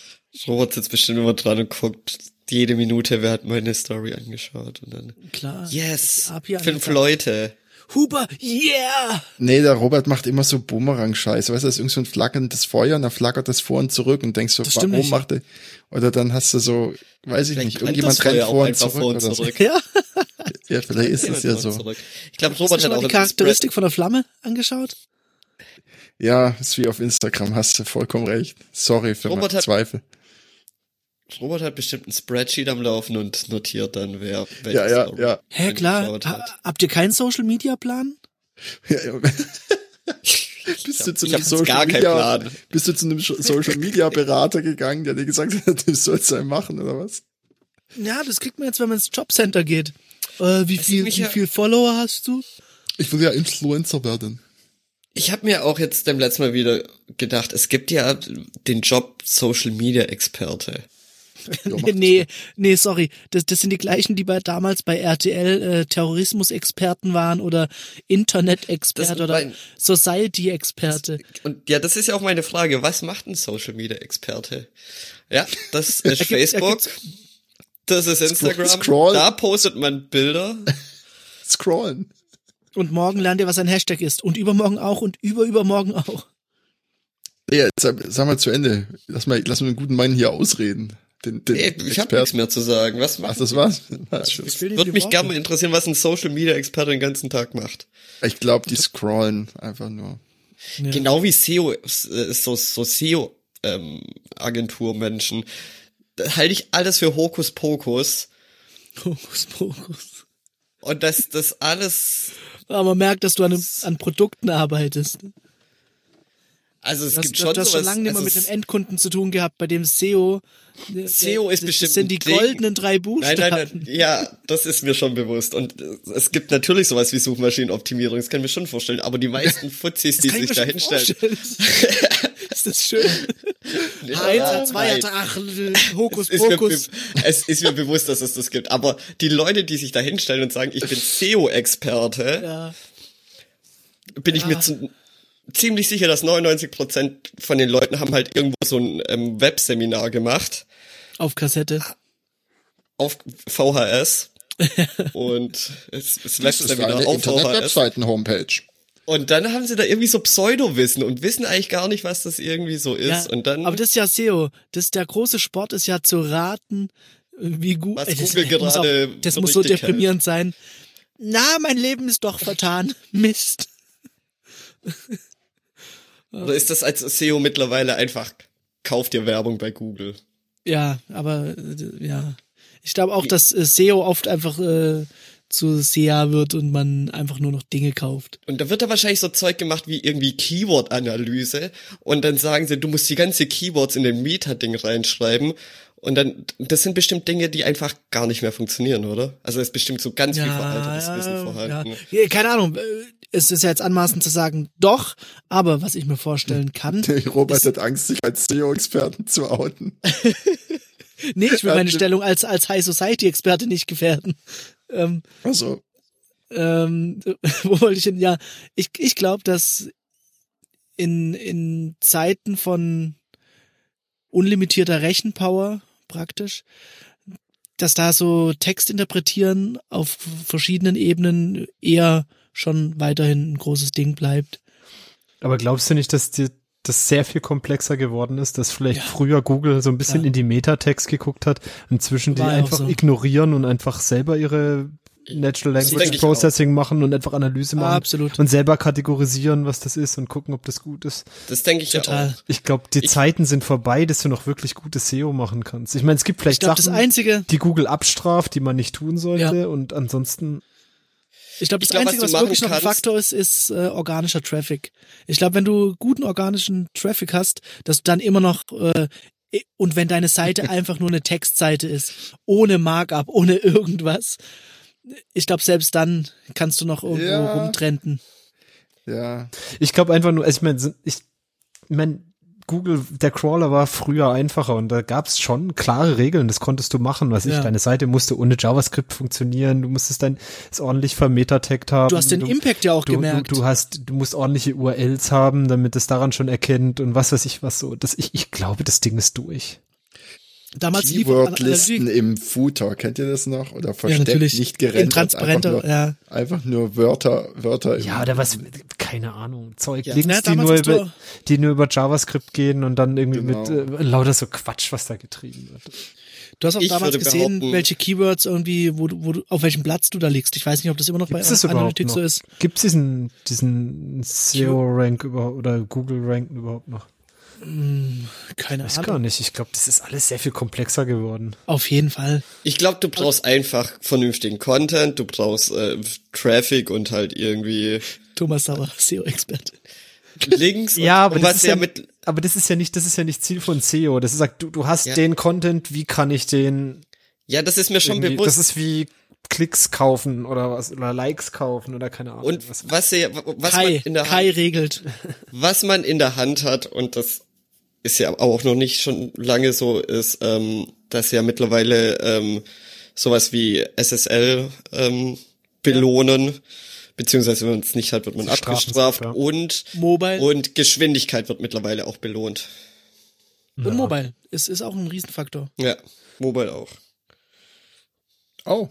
Speaker 1: Robert sitzt bestimmt immer dran und guckt jede Minute, wer hat meine Story angeschaut und dann,
Speaker 2: Klar.
Speaker 1: yes,
Speaker 2: Hab hier
Speaker 1: fünf
Speaker 2: angefangen.
Speaker 1: Leute.
Speaker 2: Huber, yeah!
Speaker 3: Nee, der Robert macht immer so Bumerang-Scheiße. Weißt du, das ist irgend so ein flackerndes Feuer und dann flackert das vor und zurück und denkst so,
Speaker 2: Das stimmt
Speaker 3: warum
Speaker 2: nicht.
Speaker 3: macht er? Oder dann hast du so, weiß ich nicht, irgendjemand rennt
Speaker 1: Feuer auch
Speaker 3: vor und
Speaker 1: einfach
Speaker 3: zurück. oder so.
Speaker 2: Ja.
Speaker 3: Ja, vielleicht ist
Speaker 1: Jemand
Speaker 3: es ja
Speaker 1: rennt
Speaker 3: so.
Speaker 1: zurück. Ich glaube,
Speaker 2: Hast du
Speaker 1: Robert
Speaker 2: schon
Speaker 1: hat
Speaker 2: mal
Speaker 1: auch
Speaker 2: die
Speaker 1: ein Spread-
Speaker 2: Charakteristik von der Flamme angeschaut?
Speaker 3: Ja, ist wie auf Instagram, hast du vollkommen recht. Sorry für
Speaker 1: Robert
Speaker 3: meine
Speaker 1: hat-
Speaker 3: Zweifel.
Speaker 1: Robert hat bestimmt ein Spreadsheet am Laufen und notiert dann, wer welche
Speaker 3: Ja, ja,
Speaker 1: Story
Speaker 3: ja.
Speaker 2: Hä, klar.
Speaker 1: angeschaut
Speaker 2: Ha,
Speaker 1: hat.
Speaker 2: habt ihr keinen Social-Media-Plan?
Speaker 3: Ja, ja. [LAUGHS] Bist du zu
Speaker 1: ich
Speaker 3: einem
Speaker 1: hab jetzt
Speaker 3: Social
Speaker 1: gar keinen
Speaker 3: Media,
Speaker 1: Plan.
Speaker 3: bist du zu einem Scho- Social Media Berater gegangen, der dir gesagt hat, [LAUGHS] du sollst einen machen oder was?
Speaker 2: Ja, das kriegt man jetzt, wenn man ins Jobcenter geht. Äh, wie viel,
Speaker 1: mich
Speaker 2: wie
Speaker 1: ja-
Speaker 2: viel Follower hast du?
Speaker 3: Ich will ja Influencer werden.
Speaker 1: Ich habe mir auch jetzt dem letzten Mal wieder gedacht, es gibt ja den Job Social Media Experte.
Speaker 2: [LAUGHS]
Speaker 3: Ja,
Speaker 2: Nee, nee, nee, sorry. Das, das sind die gleichen, die bei, damals bei RTL äh, Terrorismusexperten waren oder
Speaker 1: Das-
Speaker 2: Internet-Experte oder
Speaker 1: mein-
Speaker 2: Society-Experte.
Speaker 1: Und ja, das ist ja auch meine Frage, was macht ein Social Media Experte? Ja,
Speaker 3: [LAUGHS]
Speaker 1: das ist
Speaker 2: Er gibt- er
Speaker 1: Facebook,
Speaker 2: gibt-
Speaker 1: das ist Instagram,
Speaker 3: scroll.
Speaker 1: da postet man Bilder.
Speaker 3: mach Scrollen.
Speaker 2: Und morgen lernt ihr, was ein Hashtag ist. Und übermorgen auch und überübermorgen auch.
Speaker 3: Ja, jetzt sag, sag mal zu Ende. Lass mal, lass mal den guten Mann hier ausreden. Den, den
Speaker 1: Ey, ich habe nichts mehr zu sagen. Was
Speaker 3: Ach,
Speaker 1: macht [LAUGHS]
Speaker 3: das war's. War's schon.
Speaker 2: Ich will nicht
Speaker 1: Würde mich
Speaker 2: überhaupt
Speaker 1: gerne mal interessieren, was ein Social Media Experte den ganzen Tag macht.
Speaker 3: Ich glaube, die scrollen einfach nur.
Speaker 2: Ja.
Speaker 1: Genau wie SEO, äh, so, so E SEO, ähm, Agenturmenschen. Da halte ich alles für Hokuspokus.
Speaker 2: Hokus Pokus.
Speaker 1: Und dass das alles,
Speaker 2: Aber man merkt, dass du an, einem, an Produkten arbeitest.
Speaker 1: also es
Speaker 2: Das,
Speaker 1: gibt
Speaker 2: das,
Speaker 1: schon
Speaker 2: das
Speaker 1: sowas.
Speaker 2: schon lange nicht mehr
Speaker 1: also
Speaker 2: mit
Speaker 1: es-
Speaker 2: einem Endkunden zu tun gehabt, bei dem SEO. der-
Speaker 1: SEO ist
Speaker 2: das,
Speaker 1: bestimmt
Speaker 2: Das sind die
Speaker 1: ein Ding.
Speaker 2: goldenen drei
Speaker 1: Nein,
Speaker 2: Buchstaben.
Speaker 1: nein, nein, ja, das ist mir schon bewusst. Und äh, es gibt natürlich sowas wie Suchmaschinenoptimierung, das kann ich mir schon vorstellen. Aber die
Speaker 2: [LAUGHS]
Speaker 1: meisten Fuzzis, die
Speaker 2: Kann ich
Speaker 1: sich
Speaker 2: mir
Speaker 1: da
Speaker 2: schon
Speaker 1: hinstellen,
Speaker 2: vorstellen. [LAUGHS] ist das schön? Eins, zwei,
Speaker 1: nein.
Speaker 2: ach, Hokus
Speaker 1: es [LAUGHS] ist, mir,
Speaker 2: Pokus.
Speaker 1: be- es ist mir bewusst, dass es das gibt. Aber die Leute, die sich da hinstellen und sagen, ich bin SEO-Experte,
Speaker 2: Ja.
Speaker 1: bin
Speaker 2: Ah.
Speaker 1: ich mir zu, ziemlich sicher, dass 99% von den Leuten haben halt irgendwo so ein ähm, Webseminar gemacht
Speaker 2: Auf Kassette.
Speaker 1: auf
Speaker 2: [LAUGHS]
Speaker 1: VHS. und es, es
Speaker 3: Das ist
Speaker 1: Webseminar
Speaker 3: eine
Speaker 1: auf VHS. [LAUGHS]
Speaker 3: Internet-Webseiten-Homepage.
Speaker 1: Und dann haben sie da irgendwie so Pseudowissen und wissen eigentlich gar nicht, was das irgendwie so ist.
Speaker 2: Ja,
Speaker 1: und dann
Speaker 2: aber das ist ja SEO. Das, der große Sport ist ja zu raten, wie gut.
Speaker 1: Was
Speaker 2: Ey, [LAUGHS] das
Speaker 1: Google
Speaker 2: muss,
Speaker 1: gerade
Speaker 2: auch, das
Speaker 1: so
Speaker 2: muss so
Speaker 1: richtig hält.
Speaker 2: deprimierend sein. Na, mein Leben ist doch vertan. [LAUGHS] Mist.
Speaker 1: oder ist das als SEO mittlerweile einfach, kauf dir Werbung bei Google.
Speaker 2: Ja, aber äh, ja. Ich glaube auch, dass äh, SEO oft einfach äh, zu SEA wird und man einfach nur noch Dinge kauft.
Speaker 1: Und da wird da wahrscheinlich so Zeug gemacht wie irgendwie Keyword-Analyse. Und dann sagen sie, du musst die ganze Keywords in den Meta-Ding reinschreiben. Und dann, das sind bestimmt Dinge, die einfach gar nicht mehr funktionieren, oder? Also es ist bestimmt so ganz viel veraltetes Wissen vorhanden.
Speaker 2: ja. Ja, Keine Ahnung. äh, Es ist ja jetzt anmaßend zu sagen, doch, aber was ich mir vorstellen kann.
Speaker 3: [LAUGHS] Der Robert hat Angst, sich als SEO-Experten zu outen.
Speaker 2: Nee, ich will meine
Speaker 3: Ja,
Speaker 2: Stellung als, als High Society-Experte nicht gefährden. Ähm,
Speaker 3: Also,
Speaker 2: ähm, [LAUGHS] wo wollte ich hin? Ja, ich, ich glaube, dass in, in Zeiten von unlimitierter Rechenpower praktisch, dass da so Text interpretieren auf verschiedenen Ebenen eher schon weiterhin ein großes Ding bleibt.
Speaker 4: Aber glaubst du nicht, dass dir das sehr viel komplexer geworden ist, dass vielleicht früher Google so ein bisschen
Speaker 2: Ja.
Speaker 4: in die Metatext geguckt hat, inzwischen die
Speaker 2: War ja auch
Speaker 4: einfach
Speaker 2: so.
Speaker 4: ignorieren und einfach selber ihre Natural
Speaker 1: Das denke
Speaker 4: Language
Speaker 1: ich
Speaker 4: Processing machen und einfach Analyse machen
Speaker 2: Absolut.
Speaker 4: und selber kategorisieren, was das ist und gucken, ob das gut ist.
Speaker 1: Das denke ich ja
Speaker 2: Total.
Speaker 1: auch.
Speaker 4: Ich glaube, die
Speaker 1: Ich-
Speaker 4: Zeiten sind vorbei, dass du noch wirklich gutes SEO machen kannst. Ich meine, es gibt
Speaker 2: Ich
Speaker 4: vielleicht
Speaker 2: glaube, das
Speaker 4: Sachen,
Speaker 2: Einzige,
Speaker 4: die Google abstraft, die man nicht tun sollte und ansonsten
Speaker 2: Ich glaube,
Speaker 1: Ich
Speaker 2: das
Speaker 1: glaub, was
Speaker 2: Einzige,
Speaker 1: du
Speaker 2: was,
Speaker 1: machen
Speaker 2: wirklich noch ein
Speaker 1: kannst-
Speaker 2: Faktor ist, ist äh, organischer Traffic. Ich glaube, wenn du guten organischen Traffic hast, dass du dann immer noch äh, eh- und wenn deine
Speaker 1: [LAUGHS]
Speaker 2: Seite einfach nur eine Textseite ist, ohne Markup, ohne irgendwas, ich glaube, selbst dann kannst du noch irgendwo
Speaker 3: Ja.
Speaker 2: rumtrenden.
Speaker 3: ja.
Speaker 4: Ich glaube einfach nur, also ich meine, sind- ich meine, Google, der Crawler war früher einfacher und da gab es schon klare Regeln, das konntest du machen, was
Speaker 2: Ja.
Speaker 4: ich, deine Seite musste ohne JavaScript funktionieren, du musstest dein es ordentlich vermetatagt haben.
Speaker 2: Du hast den Impact ja auch
Speaker 4: du,
Speaker 2: gemerkt.
Speaker 4: Du, du hast, du musst ordentliche URLs haben, damit es daran schon erkennt und was weiß ich was so. Das, ich, ich glaube, das Ding ist durch.
Speaker 2: Damals lief
Speaker 3: Keyword-Listen
Speaker 2: Analytik
Speaker 3: im Footer, kennt ihr das noch? Oder versteckt,
Speaker 2: natürlich.
Speaker 3: nicht gerendert.
Speaker 2: In transparenter,
Speaker 3: einfach nur,
Speaker 2: ja.
Speaker 3: einfach nur Wörter, Wörter im
Speaker 4: Ja, oder was, keine Ahnung, Zeug,
Speaker 1: Ja.
Speaker 4: Links,
Speaker 2: Na,
Speaker 4: die,
Speaker 2: damals
Speaker 4: nur
Speaker 2: hast du-
Speaker 4: über, die nur über JavaScript gehen und dann irgendwie
Speaker 3: Genau.
Speaker 4: mit äh, lauter so Quatsch, was da getrieben wird.
Speaker 2: du hast auch
Speaker 1: Ich
Speaker 2: damals
Speaker 1: würde
Speaker 2: gesehen,
Speaker 1: behaupten-
Speaker 2: welche Keywords irgendwie, wo du, wo du, auf welchem Platz du da liegst. Ich weiß nicht, ob das immer noch
Speaker 4: Gibt
Speaker 2: bei
Speaker 4: es überhaupt
Speaker 2: Analytics
Speaker 4: noch?
Speaker 2: so ist.
Speaker 4: Gibt es diesen, diesen SEO-Rank überhaupt oder Google-Rank überhaupt noch?
Speaker 2: Keine
Speaker 4: Weiß gar
Speaker 2: Ahnung.
Speaker 4: nicht. Ich glaube, das ist alles sehr viel komplexer geworden.
Speaker 2: Auf jeden Fall.
Speaker 1: Ich glaube, du brauchst einfach vernünftigen Content, du brauchst äh, Traffic und halt irgendwie
Speaker 2: Thomas Sauer, [LAUGHS] SEO-Experte.
Speaker 1: Links. und, und was ja mit
Speaker 4: aber das ist ja nicht, das ist ja nicht Ziel von SEO. Das ist sagt, du, du hast
Speaker 1: Ja.
Speaker 4: den Content, wie kann ich den?
Speaker 1: Ja, das ist mir schon
Speaker 4: irgendwie- Das
Speaker 1: bewusst.
Speaker 4: ist wie Klicks kaufen oder was oder Likes kaufen oder keine Ahnung.
Speaker 1: Und
Speaker 4: was.
Speaker 1: was, sie- was man
Speaker 2: Kai,
Speaker 1: in der
Speaker 2: Kai regelt.
Speaker 1: was man in der Hand hat, und das ist ja auch noch nicht schon lange so, ist, ähm, dass ja mittlerweile ähm, sowas wie SSL ähm, belohnen, beziehungsweise wenn man es nicht hat, wird man
Speaker 4: Das ist
Speaker 1: abgestraft
Speaker 4: strafenswert, ja.
Speaker 1: und
Speaker 2: Mobile.
Speaker 1: und Geschwindigkeit wird mittlerweile auch belohnt.
Speaker 2: Und Mobile. Es ist auch ein Riesenfaktor.
Speaker 1: Ja, Mobile auch.
Speaker 3: Oh.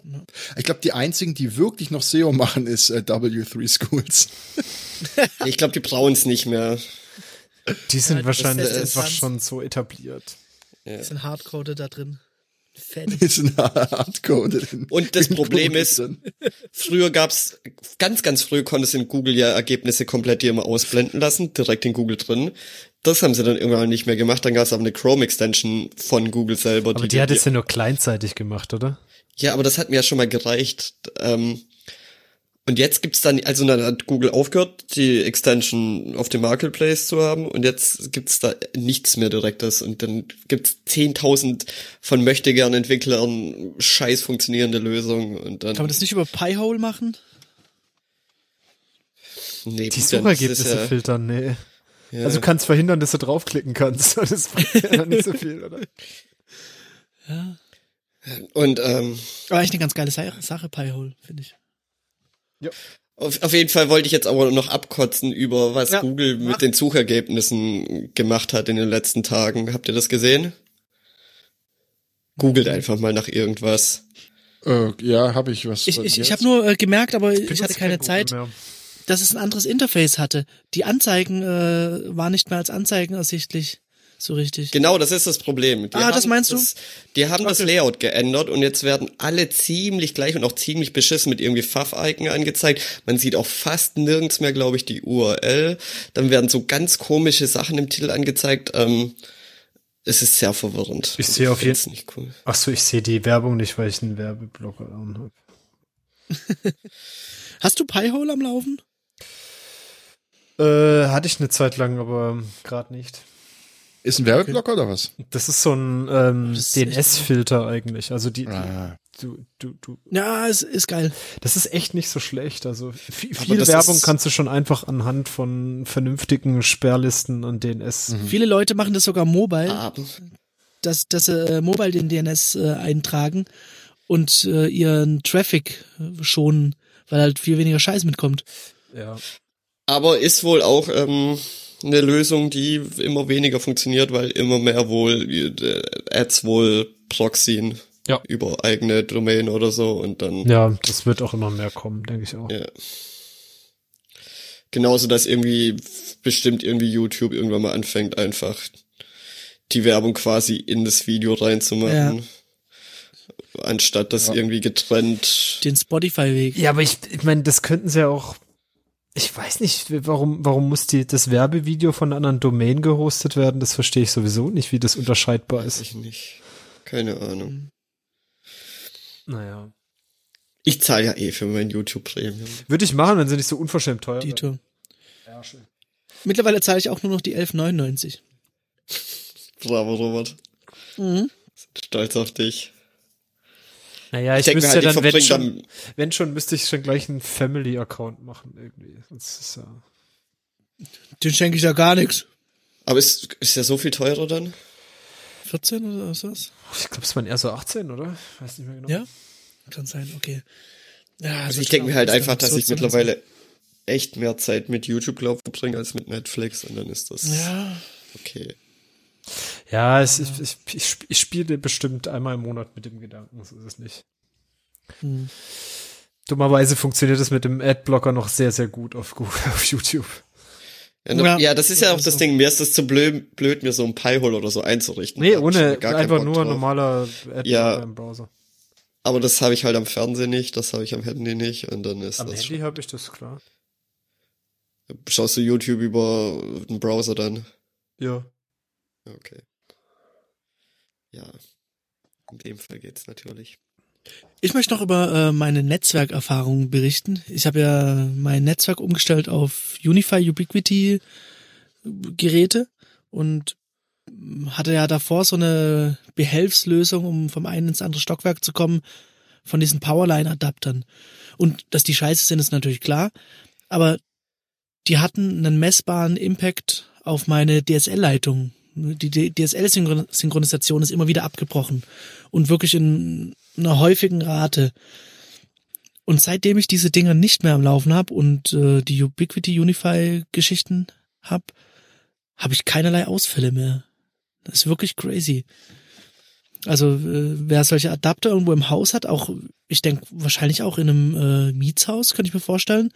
Speaker 3: Ich glaube, die einzigen, die wirklich noch SEO machen, ist äh, W3 Schools. [LAUGHS]
Speaker 1: Ich glaube, die brauchen es nicht mehr.
Speaker 4: Die sind
Speaker 2: Ja, das
Speaker 4: wahrscheinlich
Speaker 2: ist-
Speaker 4: einfach schon so etabliert.
Speaker 2: Es sind Hardcode da drin. Fertig.
Speaker 3: Die sind hardcoded. in-
Speaker 1: Und das
Speaker 3: in
Speaker 1: Problem ist-
Speaker 3: Produkten.
Speaker 1: Früher gab's ganz, ganz früh konntest du in Google ja Ergebnisse komplett dir immer ausblenden lassen, direkt in Google drin. Das haben sie dann irgendwann nicht mehr gemacht. Dann gab's aber eine Chrome-Extension von Google selber.
Speaker 4: Aber die hat es ja nur kleinzeitig gemacht, oder?
Speaker 1: Ja, aber das hat mir ja schon mal gereicht. Ähm, und jetzt gibt's dann, also dann hat Google aufgehört, die Extension auf dem Marketplace zu haben und jetzt gibt's da nichts mehr Direktes und dann gibt's 10.000 von möchtegern Entwicklern scheiß funktionierende Lösungen und dann.
Speaker 2: [LAUGHS] Kann man das nicht über Piehole machen?
Speaker 1: nee, gut,
Speaker 4: Die
Speaker 1: dann ist äh,
Speaker 4: Suchergebnisse
Speaker 1: es ja-
Speaker 4: filtern, nee.
Speaker 1: ja.
Speaker 4: Also du kannst verhindern, dass du draufklicken kannst. [LAUGHS] Das bringt ja dann nicht so viel, oder?
Speaker 1: Und ähm,
Speaker 2: Aber eigentlich eine ganz geile Sa- Sache, Piehole, finde ich.
Speaker 1: auf, auf jeden Fall wollte ich jetzt aber noch abkotzen über, was
Speaker 2: Ja,
Speaker 1: Google
Speaker 2: mach.
Speaker 1: mit den Suchergebnissen gemacht hat in den letzten Tagen. Habt ihr das gesehen? Googelt einfach mal nach irgendwas.
Speaker 3: Äh, ja, habe ich was.
Speaker 2: Ich, ich, ich habe nur äh, gemerkt, aber ich, hatte
Speaker 4: Benutzt
Speaker 2: keine
Speaker 4: kein Google
Speaker 2: Zeit,
Speaker 4: mehr.
Speaker 2: dass es ein anderes Interface hatte. Die Anzeigen äh, waren nicht mehr als Anzeigen ersichtlich. So richtig.
Speaker 1: Genau, das ist das Problem. Die
Speaker 2: Ah, das
Speaker 1: haben
Speaker 2: meinst du?
Speaker 1: Das, die haben das Layout geändert und jetzt werden alle ziemlich gleich und auch ziemlich beschissen mit irgendwie Pfaff-Icon angezeigt. Man sieht auch fast nirgends mehr, glaube ich, die URL. Dann werden so ganz komische Sachen im Titel angezeigt. Ähm, es ist sehr verwirrend.
Speaker 4: Ich sehe auf jeden-
Speaker 1: Fall nicht cool.
Speaker 4: Ach so, ich sehe die Werbung nicht, weil ich einen Werbeblocker an habe.
Speaker 2: Hast du Piehole am Laufen?
Speaker 4: Äh, hatte ich eine Zeit lang, aber gerade nicht.
Speaker 3: Ist ein Werbeblock oder was?
Speaker 4: Das ist so ein ähm,
Speaker 2: Das ist echt-
Speaker 4: DNS-Filter eigentlich. Also die, die
Speaker 3: Ah.
Speaker 4: du, du, du,
Speaker 2: Ja, es ist geil.
Speaker 4: das ist echt nicht so schlecht. Also viel,
Speaker 1: Aber
Speaker 4: viel
Speaker 1: das
Speaker 4: Werbung
Speaker 1: ist-
Speaker 4: kannst du schon einfach anhand von vernünftigen Sperrlisten und DNS.
Speaker 1: Mhm.
Speaker 2: Viele Leute machen das sogar mobile,
Speaker 1: Aber
Speaker 2: dass, dass sie äh, mobile den DNS äh, eintragen und äh, ihren Traffic äh, schonen, weil halt viel weniger Scheiß mitkommt.
Speaker 4: Ja.
Speaker 1: Aber ist wohl auch ähm, eine Lösung, die immer weniger funktioniert, weil immer mehr wohl äh, Ads wohl proxyen
Speaker 4: Ja.
Speaker 1: über eigene Domain oder so und dann
Speaker 4: ja, das wird auch immer mehr kommen, denke ich auch.
Speaker 1: Ja. Genauso, dass irgendwie bestimmt irgendwie YouTube irgendwann mal anfängt, einfach die Werbung quasi in das Video reinzumachen. Anstatt das irgendwie getrennt.
Speaker 2: Den Spotify-Weg.
Speaker 4: Ja, aber ich, ich meine, das könnten sie ja auch. Ich weiß nicht, warum, warum muss die, das Werbevideo von einer anderen Domain gehostet werden? Das verstehe ich sowieso nicht, wie das unterscheidbar
Speaker 1: Weiß
Speaker 4: ist.
Speaker 1: ich nicht. Keine Ahnung.
Speaker 4: Naja.
Speaker 1: Ich zahle ja eh für mein YouTube Premium.
Speaker 4: Würde ich machen, wenn sie nicht so unverschämt teuer wären.
Speaker 2: Dito. Mittlerweile zahle ich auch nur noch die 11,99.
Speaker 1: Bravo, Robert.
Speaker 2: Mhm.
Speaker 1: Stolz auf dich.
Speaker 4: Naja, ich,
Speaker 1: denk mir
Speaker 4: müsste
Speaker 1: halt,
Speaker 4: ja
Speaker 1: ich
Speaker 4: dann, wenn
Speaker 1: verbring
Speaker 4: schon, wenn schon, müsste ich schon gleich einen Family-Account machen irgendwie. Das ist ja
Speaker 2: Den schenke ich ja gar nichts.
Speaker 1: Aber ist, ist ja so viel teurer dann?
Speaker 2: 14 oder was?
Speaker 4: ich glaube, es waren eher so 18, oder? Weiß nicht mehr genau.
Speaker 2: Ja? Kann sein, okay. Ja,
Speaker 1: Also
Speaker 2: wird
Speaker 1: ich denke
Speaker 2: schon
Speaker 1: mir halt
Speaker 2: auch-
Speaker 1: einfach, dass
Speaker 2: so
Speaker 1: ich
Speaker 2: zu-
Speaker 1: mittlerweile echt mehr Zeit mit YouTube, glaube ich, verbringe als mit Netflix und dann ist das
Speaker 2: Ja,
Speaker 1: okay.
Speaker 4: Ja, es, ich, ich, ich, sp- ich spiele bestimmt einmal im Monat mit dem Gedanken, so ist es nicht.
Speaker 2: Hm.
Speaker 4: Dummerweise funktioniert es mit dem Adblocker noch sehr, sehr gut auf, Google, [LAUGHS] auf YouTube.
Speaker 1: Ja, na-
Speaker 2: Ja.
Speaker 1: ja, das ist ja auch
Speaker 2: Ist
Speaker 1: das
Speaker 2: so.
Speaker 1: Ding. Mir ist das zu blöd, blöd mir so ein Pi-Hole oder so einzurichten.
Speaker 4: Nee,
Speaker 1: Da hab ich
Speaker 4: ohne,
Speaker 1: gar keinen
Speaker 4: einfach
Speaker 1: Bock
Speaker 4: nur
Speaker 1: drauf.
Speaker 4: normaler Adblocker
Speaker 1: Ja.
Speaker 4: im Browser.
Speaker 1: Aber das habe ich halt am Fernsehen nicht, das habe ich am Handy nicht und dann ist
Speaker 4: Am
Speaker 1: das.
Speaker 4: Handy habe ich das, klar.
Speaker 1: schon- Schaust du YouTube über den Browser dann?
Speaker 4: Ja.
Speaker 1: Ja, Okay. Ja. In dem Fall geht's natürlich.
Speaker 2: Ich möchte noch über äh, meine Netzwerkerfahrungen berichten. Ich habe ja mein Netzwerk umgestellt auf Unify Ubiquity äh, Geräte und hm, hatte ja davor so eine Behelfslösung, um vom einen ins andere Stockwerk zu kommen, von diesen Powerline-Adaptern. Und dass die scheiße sind, ist natürlich klar, aber die hatten einen messbaren Impact auf meine DSL-Leitung. Die DSL-Synchronisation ist immer wieder abgebrochen und wirklich in einer häufigen Rate. Und seitdem ich diese Dinger nicht mehr am Laufen habe und äh, die Ubiquity Unify Geschichten habe, habe ich keinerlei Ausfälle mehr. Das ist wirklich crazy. Also äh, wer solche Adapter irgendwo im Haus hat, auch ich denke wahrscheinlich auch in einem äh, Mietshaus, könnte ich mir vorstellen,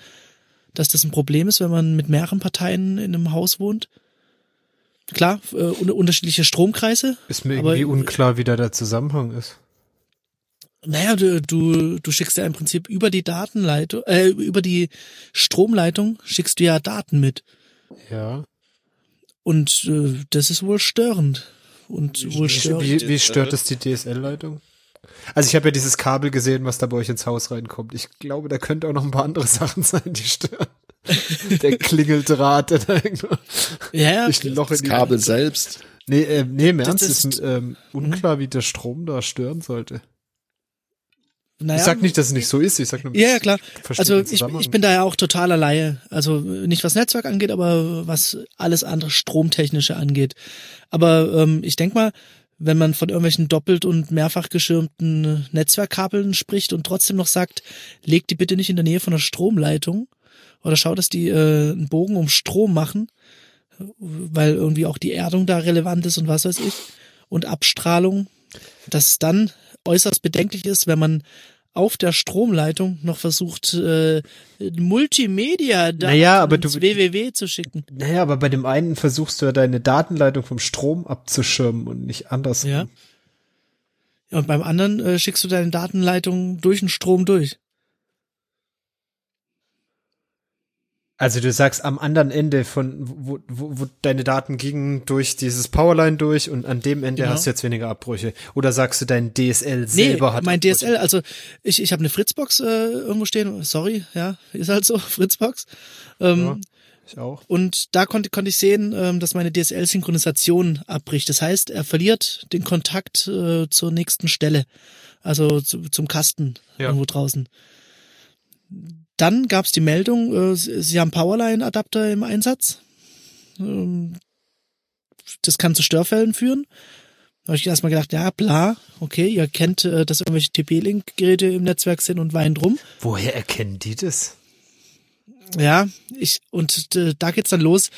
Speaker 2: dass das ein Problem ist, wenn man mit mehreren Parteien in einem Haus wohnt. Klar, äh, un unterschiedliche Stromkreise,
Speaker 4: Ist mir
Speaker 2: Aber-
Speaker 4: irgendwie unklar, wie da der Zusammenhang ist.
Speaker 2: Naja, du, du, du schickst ja im Prinzip über die Datenleitung, äh, über die Stromleitung schickst du ja Daten mit.
Speaker 4: Ja.
Speaker 2: Und äh, das ist wohl störend. Und wohl
Speaker 4: Wie,
Speaker 2: störend.
Speaker 4: wie, wie stört es die DSL-Leitung? Also ich habe ja dieses Kabel gesehen, was da bei euch ins Haus reinkommt. Ich glaube, da könnte auch noch ein paar andere [LAUGHS] Sachen sein,
Speaker 2: [LAUGHS]
Speaker 4: die stören. Der Klingeldraht, der da irgendwo
Speaker 2: Ja, ja.
Speaker 4: durch ein Loch in
Speaker 3: Das
Speaker 4: die
Speaker 3: Kabel selbst.
Speaker 4: Nee, äh, nee, im
Speaker 2: Das
Speaker 4: Ernst
Speaker 2: ist- Mhm.
Speaker 4: ist, ähm, unklar, wie der Strom da stören sollte.
Speaker 2: Naja,
Speaker 4: Ich sag nicht, dass es nicht so ist, ich sag nur,
Speaker 2: Ja, ja, klar.
Speaker 4: verstehe
Speaker 2: Also
Speaker 4: den
Speaker 2: ich,
Speaker 4: Zusammenhang.
Speaker 2: ich bin da ja auch totaler Laie. Also nicht was Netzwerk angeht, aber was alles andere Stromtechnische angeht. Aber ähm, ich denk mal, wenn man von irgendwelchen doppelt und mehrfach geschirmten Netzwerkkabeln spricht und trotzdem noch sagt, legt die bitte nicht in der Nähe von der Stromleitung oder schau, dass die äh, einen Bogen um Strom machen, weil irgendwie auch die Erdung da relevant ist und was weiß ich und Abstrahlung, dass es dann äußerst bedenklich ist, wenn man auf der Stromleitung noch versucht, äh, Multimedia da
Speaker 4: Naja, aber
Speaker 2: ins
Speaker 4: du-
Speaker 2: WWW zu schicken.
Speaker 4: Naja, aber bei dem einen versuchst du ja deine Datenleitung vom Strom abzuschirmen und nicht andersrum.
Speaker 2: Ja. Ja, Und beim anderen äh, schickst du deine Datenleitung durch den Strom durch.
Speaker 4: Also du sagst am anderen Ende von, wo, wo, wo deine Daten gingen, durch dieses Powerline durch und an dem Ende
Speaker 2: Genau.
Speaker 4: hast du jetzt weniger Abbrüche. Oder sagst du, dein DSL selber hat
Speaker 2: mein
Speaker 4: Abbrüche?
Speaker 2: DSL, also ich, ich habe eine Fritzbox äh, irgendwo stehen, sorry, ja, [LAUGHS] ist halt so, Fritzbox. Ähm,
Speaker 4: Ja. Ich auch.
Speaker 2: Und da konnte, konnte ich sehen, ähm, dass meine DSL-Synchronisation abbricht. Das heißt, er verliert den Kontakt äh, zur nächsten Stelle, also zu, zum Kasten
Speaker 4: Ja.
Speaker 2: irgendwo draußen. Dann gab es die Meldung, äh, sie, sie haben Powerline-Adapter im Einsatz. Ähm, das kann zu Störfällen führen. Da habe ich erstmal gedacht, ja, bla, okay, ihr kennt, äh, dass irgendwelche TP-Link-Geräte im Netzwerk sind und weint rum.
Speaker 4: Woher erkennen die das?
Speaker 2: Ja, ich, und äh, da geht's dann los,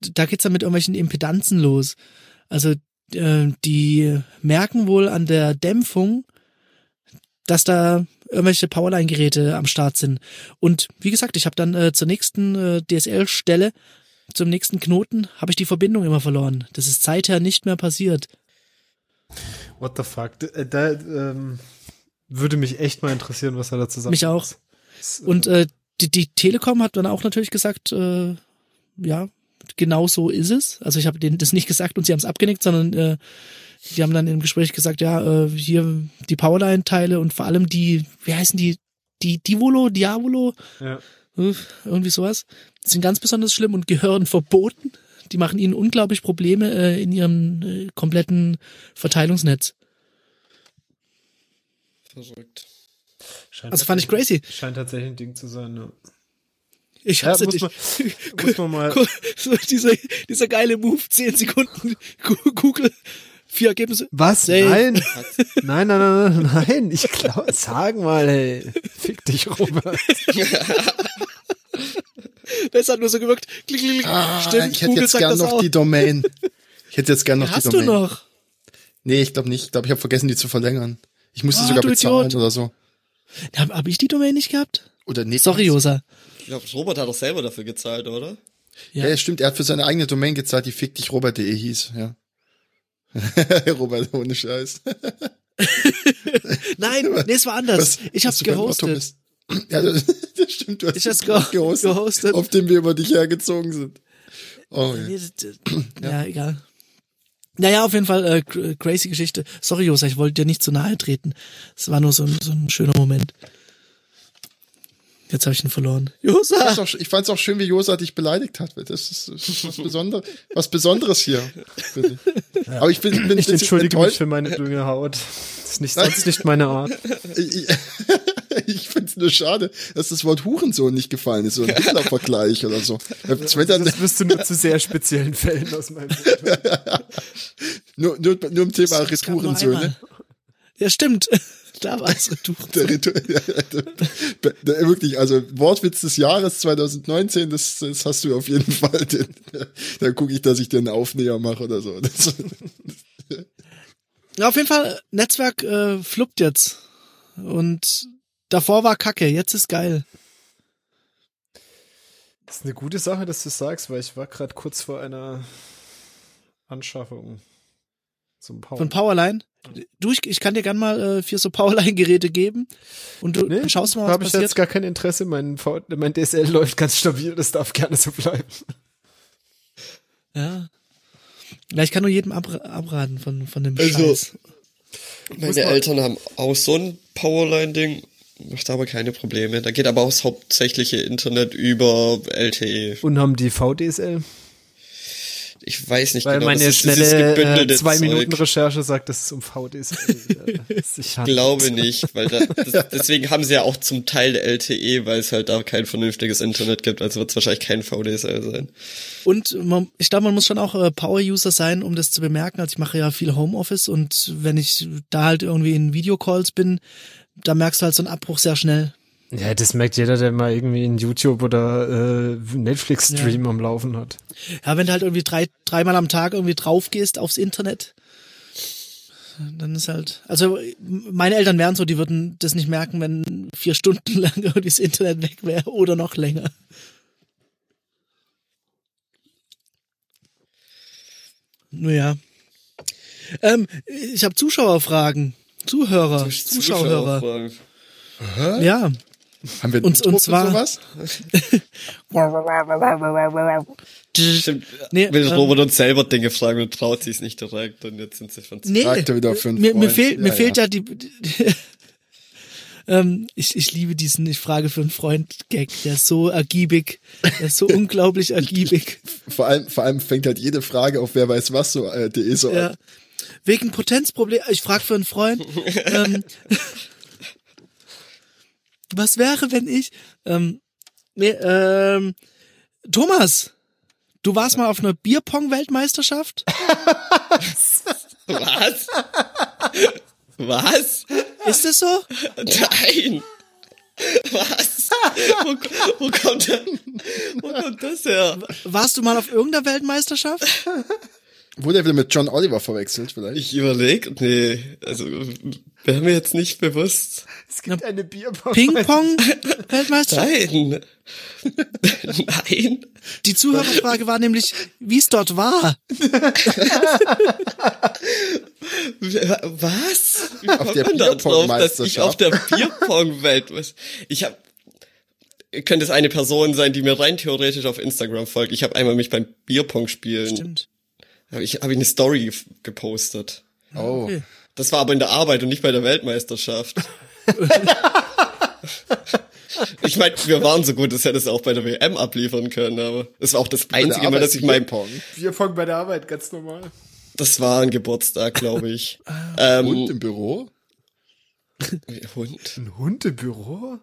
Speaker 2: da geht's dann mit irgendwelchen Impedanzen los. Also, äh, die merken wohl an der Dämpfung, dass da irgendwelche Powerline-Geräte am Start sind. Und wie gesagt, ich habe dann äh, zur nächsten äh, DSL-Stelle, zum nächsten Knoten, habe ich die Verbindung immer verloren. Das ist seither nicht mehr passiert.
Speaker 4: What the fuck? D- äh, Da, ähm, würde mich echt mal interessieren, was er da zusammen
Speaker 2: Mich auch. Und äh, die, die Telekom hat dann auch natürlich gesagt, äh, ja, genau so ist es. Also ich habe denen das nicht gesagt und sie haben es abgenickt, sondern äh, die haben dann im Gespräch gesagt, ja, äh, hier die Powerline-Teile und vor allem die, wie heißen die, die Divolo, Diavolo,
Speaker 4: Ja.
Speaker 2: äh, irgendwie sowas, sind ganz besonders schlimm und gehören [LAUGHS] verboten. Die machen ihnen unglaublich Probleme äh, in ihrem äh, kompletten Verteilungsnetz.
Speaker 1: Verrückt.
Speaker 4: Scheint
Speaker 2: Also fand ich
Speaker 4: tatsächlich-
Speaker 2: crazy.
Speaker 4: Scheint tatsächlich ein Ding zu sein, ja.
Speaker 2: Ich
Speaker 4: Ja,
Speaker 2: hasse
Speaker 4: muss
Speaker 2: dich.
Speaker 4: man- muss man mal-
Speaker 2: Gu- so dieser, dieser geile Move, 10 Sekunden, Gu- Google, vier Ergebnisse.
Speaker 4: Was?
Speaker 2: Safe. [LAUGHS]
Speaker 4: Nein. Nein, nein, nein, nein, nein. Ich glaube, sag mal, ey. Fick dich, Robert.
Speaker 2: Das hat nur so gewirkt. Klick, klick, klick.
Speaker 3: Ah,
Speaker 2: Stimmt,
Speaker 3: ich hätte
Speaker 2: Google
Speaker 3: jetzt
Speaker 2: sagt
Speaker 3: gern
Speaker 2: das
Speaker 3: noch
Speaker 2: auch. [LAUGHS]
Speaker 3: die Domain. Ich hätte jetzt gern noch die
Speaker 2: Hast du
Speaker 3: Domain.
Speaker 2: noch?
Speaker 3: Nee, ich glaube nicht. Ich glaube, ich habe vergessen, die zu verlängern. Ich musste
Speaker 2: Ah,
Speaker 3: sogar
Speaker 2: du
Speaker 3: bezahlen
Speaker 2: Idiot.
Speaker 3: oder so.
Speaker 2: Habe hab ich die Domain nicht gehabt?
Speaker 3: Oder nee.
Speaker 2: Sorry, Josa.
Speaker 1: Ich glaube, Robert hat doch selber dafür gezahlt, oder?
Speaker 3: Ja, ja, stimmt. Er hat für seine eigene Domain gezahlt, die fick dich robert.de hieß, ja. [LAUGHS] Robert, ohne Scheiß.
Speaker 2: Nein, nee, es war anders. ich
Speaker 3: was
Speaker 2: hab's
Speaker 3: du beim Otto
Speaker 2: gehostet.
Speaker 3: bist. Ja, das, [LAUGHS] das stimmt. Du hast
Speaker 2: Ich hab's ge gehostet.
Speaker 3: auf dem wir über dich hergezogen sind. Oh, ja.
Speaker 2: Nee, das- das-
Speaker 3: [CLEARS THROAT]
Speaker 2: ja, egal. Naja, auf jeden Fall äh, cr- crazy Geschichte. Sorry, Josa, ich wollte dir nicht zu nahe treten. Es war nur so ein, so ein schöner Moment. Jetzt habe ich ihn verloren.
Speaker 3: Ich
Speaker 2: Josa!
Speaker 3: fand's auch- Ich fand's auch schön, wie Josa dich beleidigt hat. Das ist,
Speaker 2: [LAUGHS]
Speaker 3: das ist was, Besonderes, was Besonderes hier. finde ich. Aber ich bin, bin ein
Speaker 4: Ich
Speaker 3: bisschen
Speaker 4: entschuldige mich
Speaker 3: enttäuscht.
Speaker 4: für meine dünne Haut. Das ist nicht, sonst nicht meine [LAUGHS] Art.
Speaker 3: Ich, ich, ich [LAUGHS] finde es nur schade, dass das Wort Hurensohn nicht gefallen ist.
Speaker 2: [LAUGHS]
Speaker 3: So ein Hitler-Vergleich oder so. Äh, Das wird dann
Speaker 4: Das wirst du nur zu sehr speziellen Fällen aus meinem Mund.
Speaker 3: nur, nur, nur im Thema ne?
Speaker 2: Es gab nur einmal.
Speaker 3: Retourensohne.
Speaker 2: Ja, stimmt. [LAUGHS] Da war es Retouren.
Speaker 3: Der Retour, [LAUGHS] der, der, wirklich, also Wortwitz des Jahres 2019, das, das hast du auf jeden [LAUGHS] Fall. Den, da gucke ich, dass ich dir einen Aufnäher mache oder so. Das,
Speaker 2: Ja, auf jeden Fall, Netzwerk äh, fluppt jetzt. Und davor war Kacke, jetzt ist geil.
Speaker 4: Das ist eine gute Sache, dass du es sagst, weil ich war gerade kurz vor einer Anschaffung. So ein Power.
Speaker 2: Von Powerline. Du, ich, ich kann dir gern mal äh, vier so Powerline-Geräte geben. Und du
Speaker 4: Nee,
Speaker 2: schaust mal,
Speaker 4: da
Speaker 2: was
Speaker 4: habe ich
Speaker 2: passiert.
Speaker 4: jetzt gar kein Interesse. Mein, V- mein DSL läuft ganz stabil. Das darf gerne so bleiben.
Speaker 2: Ja. ja. Ich kann nur jedem abra abraten von, von dem
Speaker 3: Also,
Speaker 2: Scheiß.
Speaker 1: Meine Eltern haben auch so ein Powerline-Ding, macht aber keine Probleme. Da geht aber auch das hauptsächliche Internet über LTE.
Speaker 4: Und haben die VDSL?
Speaker 1: Ich weiß nicht
Speaker 4: Weil
Speaker 1: genau,
Speaker 4: meine
Speaker 1: das ist dieses
Speaker 4: schnelle äh,
Speaker 1: gebündelte
Speaker 4: zwei Minuten
Speaker 1: Zeug.
Speaker 4: Recherche sagt, dass es um [LAUGHS] VDSL äh, sich handelt.
Speaker 1: Glaube nicht, weil
Speaker 4: [LAUGHS]
Speaker 1: da, das, deswegen haben sie ja auch zum Teil LTE, weil es halt da kein vernünftiges Internet gibt, also wird es wahrscheinlich kein VDSL sein.
Speaker 2: Und man, ich glaube, man muss schon auch äh, Power-User sein, um das zu bemerken. Also ich mache ja viel Homeoffice und wenn ich da halt irgendwie in Videocalls bin, da merkst du halt so einen Abbruch sehr schnell.
Speaker 4: Ja, das merkt jeder, der mal irgendwie einen YouTube oder äh, Netflix-Stream am Laufen hat.
Speaker 2: Ja, wenn du halt irgendwie drei, dreimal am Tag irgendwie drauf gehst aufs Internet, dann ist halt, also meine Eltern wären so, die würden das nicht merken, wenn vier Stunden [LAUGHS] lang irgendwie das Internet weg wäre oder noch länger. Naja. Ähm, ich habe Zuschauerfragen. Zuhörer, Zuschauer.
Speaker 1: Zuschauerfragen.
Speaker 2: Ja.
Speaker 3: Haben wir
Speaker 2: Und- und
Speaker 3: Druck
Speaker 2: zwar-
Speaker 3: sowas?
Speaker 1: Stimmt,
Speaker 2: Nee,
Speaker 1: will
Speaker 2: ähm,
Speaker 1: Robert uns selber Dinge fragen und traut sich nicht direkt und jetzt sind sie von
Speaker 2: Nee,
Speaker 3: Fragt er wieder auf fünf
Speaker 2: mir, mir
Speaker 3: Freunde.
Speaker 2: fehlt, mir
Speaker 3: Ja,
Speaker 2: fehlt
Speaker 3: ja.
Speaker 2: ja die, die [LAUGHS] ähm, ich, ich liebe diesen, ich frage für einen Freund Gag, der ist so ergiebig, der
Speaker 3: [LAUGHS]
Speaker 2: ist so unglaublich ergiebig,
Speaker 3: Vor allem, vor allem fängt halt jede Frage auf wer weiß was so äh, de so
Speaker 2: ja.
Speaker 3: an.
Speaker 2: Wegen Potenzproblem, ich frage für einen Freund, ähm, [LAUGHS] was wäre, wenn ich, ähm, nee, ähm, Thomas, du warst mal auf einer Bierpong-Weltmeisterschaft?
Speaker 1: [LAUGHS] Was? Was?
Speaker 2: Ist das so?
Speaker 1: Nein! Was? Wo, wo, kommt, der, wo kommt das her?
Speaker 2: Warst du mal auf irgendeiner Weltmeisterschaft?
Speaker 3: Wurde er wieder mit John Oliver verwechselt vielleicht?
Speaker 1: Ich überlege, nee, also wäre mir jetzt nicht bewusst.
Speaker 4: Es gibt eine Bierpong.
Speaker 2: Ping-Pong-Weltmeisterschaft?
Speaker 1: Nein! Nein!
Speaker 2: Die Zuhörerfrage war nämlich, wie es dort war.
Speaker 3: Oh.
Speaker 1: Was? Wie
Speaker 3: Auf
Speaker 1: kommt
Speaker 3: der
Speaker 1: man da drauf, dass
Speaker 3: Bierpong-Meisterschaft?
Speaker 1: ich auf der Bierpong-Welt was? Ich habe könnte es eine Person sein, die mir rein theoretisch auf Instagram folgt. Ich habe einmal mich beim Bierpong spielen,
Speaker 2: Stimmt.
Speaker 1: habe ich, hab ich eine Story f- gepostet.
Speaker 3: Oh.
Speaker 2: Okay.
Speaker 1: Das war aber in der Arbeit und nicht bei der
Speaker 2: [LAUGHS]
Speaker 1: Weltmeisterschaft. ich meine, wir waren so gut, das hättest du auch bei der WM abliefern können, aber es war auch das einzige Mal, dass ich mein
Speaker 3: Pong.
Speaker 4: [LAUGHS] Bierpong bei der Arbeit, ganz normal.
Speaker 1: Das war ein Geburtstag, glaube
Speaker 2: [LAUGHS]
Speaker 1: ich.
Speaker 3: Und
Speaker 2: Ah,
Speaker 1: ähm,
Speaker 3: im Büro?
Speaker 1: Hund.
Speaker 4: Ein Hund im Büro?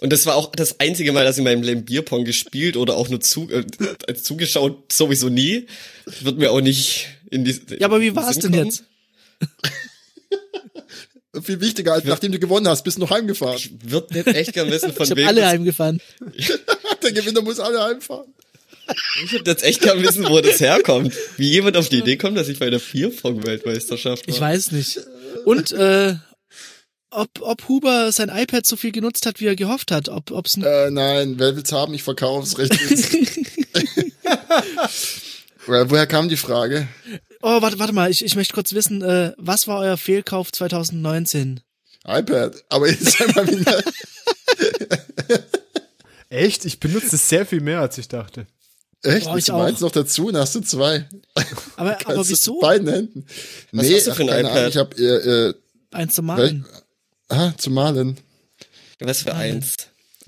Speaker 1: Und das war auch das einzige Mal, dass ich in meinem Leben Bierpong gespielt oder auch nur zu, äh, als zugeschaut sowieso nie. Wird mir auch nicht in die.
Speaker 2: Ja, aber wie
Speaker 1: in den
Speaker 2: war's
Speaker 1: Sinn
Speaker 2: denn
Speaker 1: kommen.
Speaker 2: jetzt?
Speaker 3: Viel wichtiger als nachdem du gewonnen hast, bist du noch heimgefahren.
Speaker 1: Wird nicht echt gern
Speaker 2: [LAUGHS]
Speaker 1: wissen, von
Speaker 2: Ich habe
Speaker 1: wem.
Speaker 2: alle
Speaker 1: das,
Speaker 2: heimgefahren.
Speaker 3: [LAUGHS] Der Gewinner muss alle heimfahren.
Speaker 1: ich würde jetzt echt gern wissen, wo das herkommt. Wie jemand auf die Idee kommt, dass ich bei der Bierpong-Weltmeisterschaft war.
Speaker 2: Ich weiß nicht. Und äh, ob, ob Huber sein iPad so viel genutzt hat, wie er gehofft hat. Ob, ob's
Speaker 3: [LAUGHS]
Speaker 2: ein
Speaker 3: Äh, nein, wer will's haben? Ich verkauf's recht.
Speaker 2: [LAUGHS]
Speaker 3: Well, woher kam die Frage?
Speaker 2: oh, warte, warte mal, ich, ich möchte kurz wissen, äh, was war euer Fehlkauf 2019?
Speaker 3: iPad. Aber jetzt [LAUGHS] einmal wieder.
Speaker 4: Echt? Ich benutze es sehr viel mehr, als ich dachte.
Speaker 3: Echt?
Speaker 2: Brauch
Speaker 3: Oh,
Speaker 2: ich
Speaker 3: ich
Speaker 2: auch.
Speaker 3: eins noch dazu, dann hast du zwei.
Speaker 2: Aber, aber
Speaker 3: Hast du
Speaker 2: wieso?
Speaker 3: Mit beiden Händen.
Speaker 1: Was hast du für ein
Speaker 3: ach, keine
Speaker 1: iPad?
Speaker 3: Ahnung, ich hab, äh, äh,
Speaker 2: Eins zu malen.
Speaker 3: ah, zu malen.
Speaker 1: Was für eins?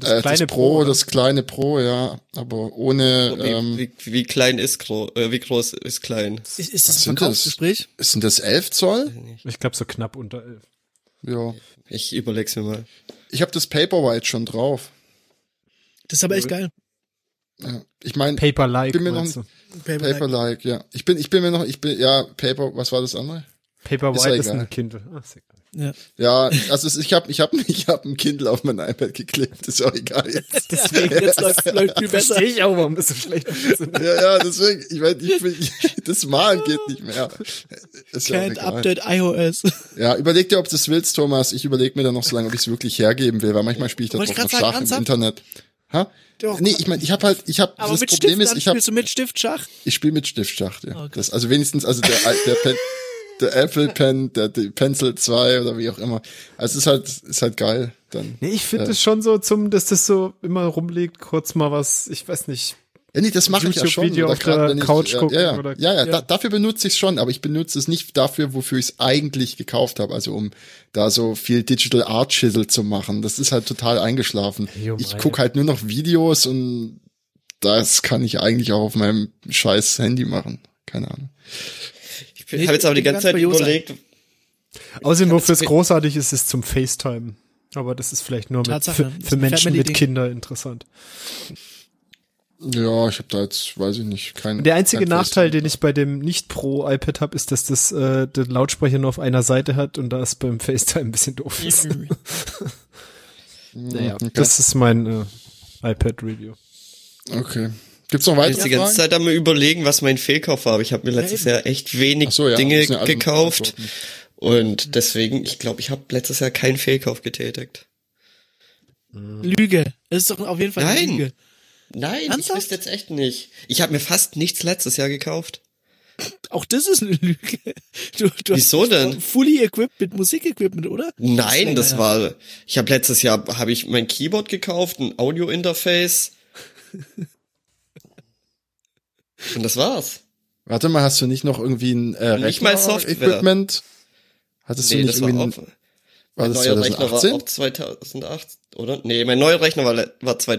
Speaker 3: Das, äh,
Speaker 4: kleine
Speaker 3: das Pro,
Speaker 4: Pro, oder?
Speaker 3: das kleine Pro, ja. Aber ohne,
Speaker 1: Wie,
Speaker 3: ähm,
Speaker 1: wie, wie klein ist groß? Äh, wie groß ist klein?
Speaker 2: Ist, ist das ein
Speaker 3: sind das?
Speaker 2: Verkaufsgespräch?
Speaker 3: sind das 11 Zoll?
Speaker 4: Ich glaube so knapp unter elf.
Speaker 3: Ja.
Speaker 1: Ich überleg's mir mal.
Speaker 3: Ich habe das Paperwhite schon drauf.
Speaker 2: Das ist aber echt geil.
Speaker 3: Ja. Ich meine,
Speaker 4: Paper-like,
Speaker 3: Bin mir
Speaker 4: meinst
Speaker 3: noch-
Speaker 4: du?
Speaker 2: Paperback.
Speaker 3: Paperlike, ja. Ich bin, ich bin mir noch, ich bin, ja, Paper, was war das andere?
Speaker 4: Paper-white
Speaker 3: Ist
Speaker 4: ist,
Speaker 3: ja egal.
Speaker 4: ein Kindle. Ah, ist egal.
Speaker 2: Ja.
Speaker 3: [LAUGHS] Ja, also es, ich habe, ich habe, [LAUGHS] ich habe ein Kindle auf mein iPad geklebt. Ist auch egal jetzt.
Speaker 2: Deswegen, jetzt läuft läuft viel besser.
Speaker 4: Verstehe ich auch, warum das so schlecht
Speaker 2: [LAUGHS]
Speaker 4: ist.
Speaker 3: Ja, ja, deswegen, ich meine, ich bin, [LAUGHS] das Malen geht nicht
Speaker 2: [LAUGHS]
Speaker 3: mehr. Ist ja auch
Speaker 2: Can't
Speaker 3: egal.
Speaker 2: update iOS.
Speaker 3: Ja, überleg dir, ob du es willst, Thomas. Ich überlege mir dann noch so lange, ob ich es wirklich hergeben will, weil manchmal spiele ich das
Speaker 2: Wollte
Speaker 3: auch
Speaker 2: ich
Speaker 3: noch
Speaker 2: grad sagen,
Speaker 3: Schach im
Speaker 2: ernsthaft?
Speaker 3: Internet. Ha?
Speaker 2: Doch.
Speaker 3: Nee, ich meine, ich habe halt, ich habe,
Speaker 2: Aber
Speaker 3: das
Speaker 2: mit
Speaker 3: Problem
Speaker 2: Stift,
Speaker 3: ist,
Speaker 2: dann
Speaker 3: ich habe
Speaker 2: spielst du Oh mit Stift Schach?
Speaker 3: Ich spiele mit Stiftschacht, ja.
Speaker 2: Okay.
Speaker 3: das, also wenigstens, also der, der,
Speaker 2: [LAUGHS]
Speaker 3: Pen, der Apple Pen, der, der Pencil 2 oder wie auch immer. Also es ist halt, ist halt geil. Dann.
Speaker 4: Nee, ich finde es schon so zum, dass das so immer rumliegt, kurz mal was, ich weiß nicht,
Speaker 3: Ja, nee, das mache ich ja schon.
Speaker 4: YouTube-Video
Speaker 3: oder
Speaker 4: auf
Speaker 3: grad,
Speaker 4: der
Speaker 3: wenn ich-
Speaker 4: Couch
Speaker 3: ja,
Speaker 4: gucken
Speaker 3: Ja, ja,
Speaker 4: oder-
Speaker 3: ja, ja, Da,
Speaker 4: ja.
Speaker 3: dafür benutze ich es schon, aber ich benutze es nicht dafür, wofür ich es eigentlich gekauft habe. Also um da so viel Digital Art Chisel zu machen. Das ist halt total eingeschlafen.
Speaker 4: Hey, oh
Speaker 3: ich
Speaker 4: mein.
Speaker 3: gucke halt nur noch Videos und das kann ich eigentlich auch auf meinem scheiß Handy machen. Keine Ahnung.
Speaker 1: Ich habe jetzt aber die
Speaker 2: Ich bin
Speaker 1: ganze
Speaker 2: ganz
Speaker 1: Zeit
Speaker 2: bei Josa.
Speaker 1: überlegt,
Speaker 4: Außerdem, wofür es großartig ist, ist zum FaceTime. Aber das ist vielleicht nur mit,
Speaker 2: Tatsache,
Speaker 4: für,
Speaker 2: das ist
Speaker 4: für
Speaker 2: ein
Speaker 4: Menschen mit
Speaker 2: Family-Ding.
Speaker 4: Kindern interessant.
Speaker 3: Ja, ich habe da jetzt, weiß ich nicht, keine.
Speaker 4: Der einzige
Speaker 3: kein
Speaker 4: Nachteil,
Speaker 3: Facetime.
Speaker 4: den ich bei dem Nicht-Pro-iPad habe, ist, dass das äh, den Lautsprecher nur auf einer Seite hat und da ist beim FaceTime ein bisschen doof. Ist. [LAUGHS]
Speaker 2: Naja.
Speaker 4: Das ist mein äh, iPad-Review.
Speaker 3: Okay. Gibt's noch weitere
Speaker 1: Ich die ganze
Speaker 3: Fragen?
Speaker 1: Zeit am überlegen, was mein Fehlkauf war. Aber ich habe mir letztes Jahr echt wenig
Speaker 3: Ach so, ja,
Speaker 1: Dinge
Speaker 3: müssen ja alle
Speaker 1: gekauft.
Speaker 3: antworten.
Speaker 1: Und deswegen, ich glaube, ich habe letztes Jahr keinen Fehlkauf getätigt.
Speaker 3: Hm.
Speaker 2: Lüge. Es ist doch auf jeden Fall eine
Speaker 1: Nein.
Speaker 2: Lüge.
Speaker 1: Nein, ich
Speaker 2: Ernsthaft?
Speaker 1: wüsste jetzt echt nicht. Ich habe mir fast nichts letztes Jahr gekauft.
Speaker 2: Auch das ist eine Lüge. Du, du
Speaker 1: Wieso
Speaker 2: hast
Speaker 1: denn?
Speaker 2: Fully equipped mit Musikequipment, oder?
Speaker 3: Hm.
Speaker 1: Nein,
Speaker 2: Das
Speaker 1: das
Speaker 2: ist länger,
Speaker 1: war. Ich habe letztes Jahr habe ich mein Keyboard gekauft, ein Audio-Interface. Und das war's.
Speaker 3: Warte mal, hast du nicht noch irgendwie ein äh,
Speaker 1: Nicht mal Software.
Speaker 3: Rechner-Equipment? Hattest
Speaker 1: Nee,
Speaker 3: du nicht
Speaker 1: das war
Speaker 3: irgendwie ein,
Speaker 1: auch.
Speaker 3: war
Speaker 1: Mein
Speaker 3: das
Speaker 1: neuer Rechner war
Speaker 3: 2018?
Speaker 1: auch 2008, oder? Nee, mein neuer Rechner war, le- war zwei,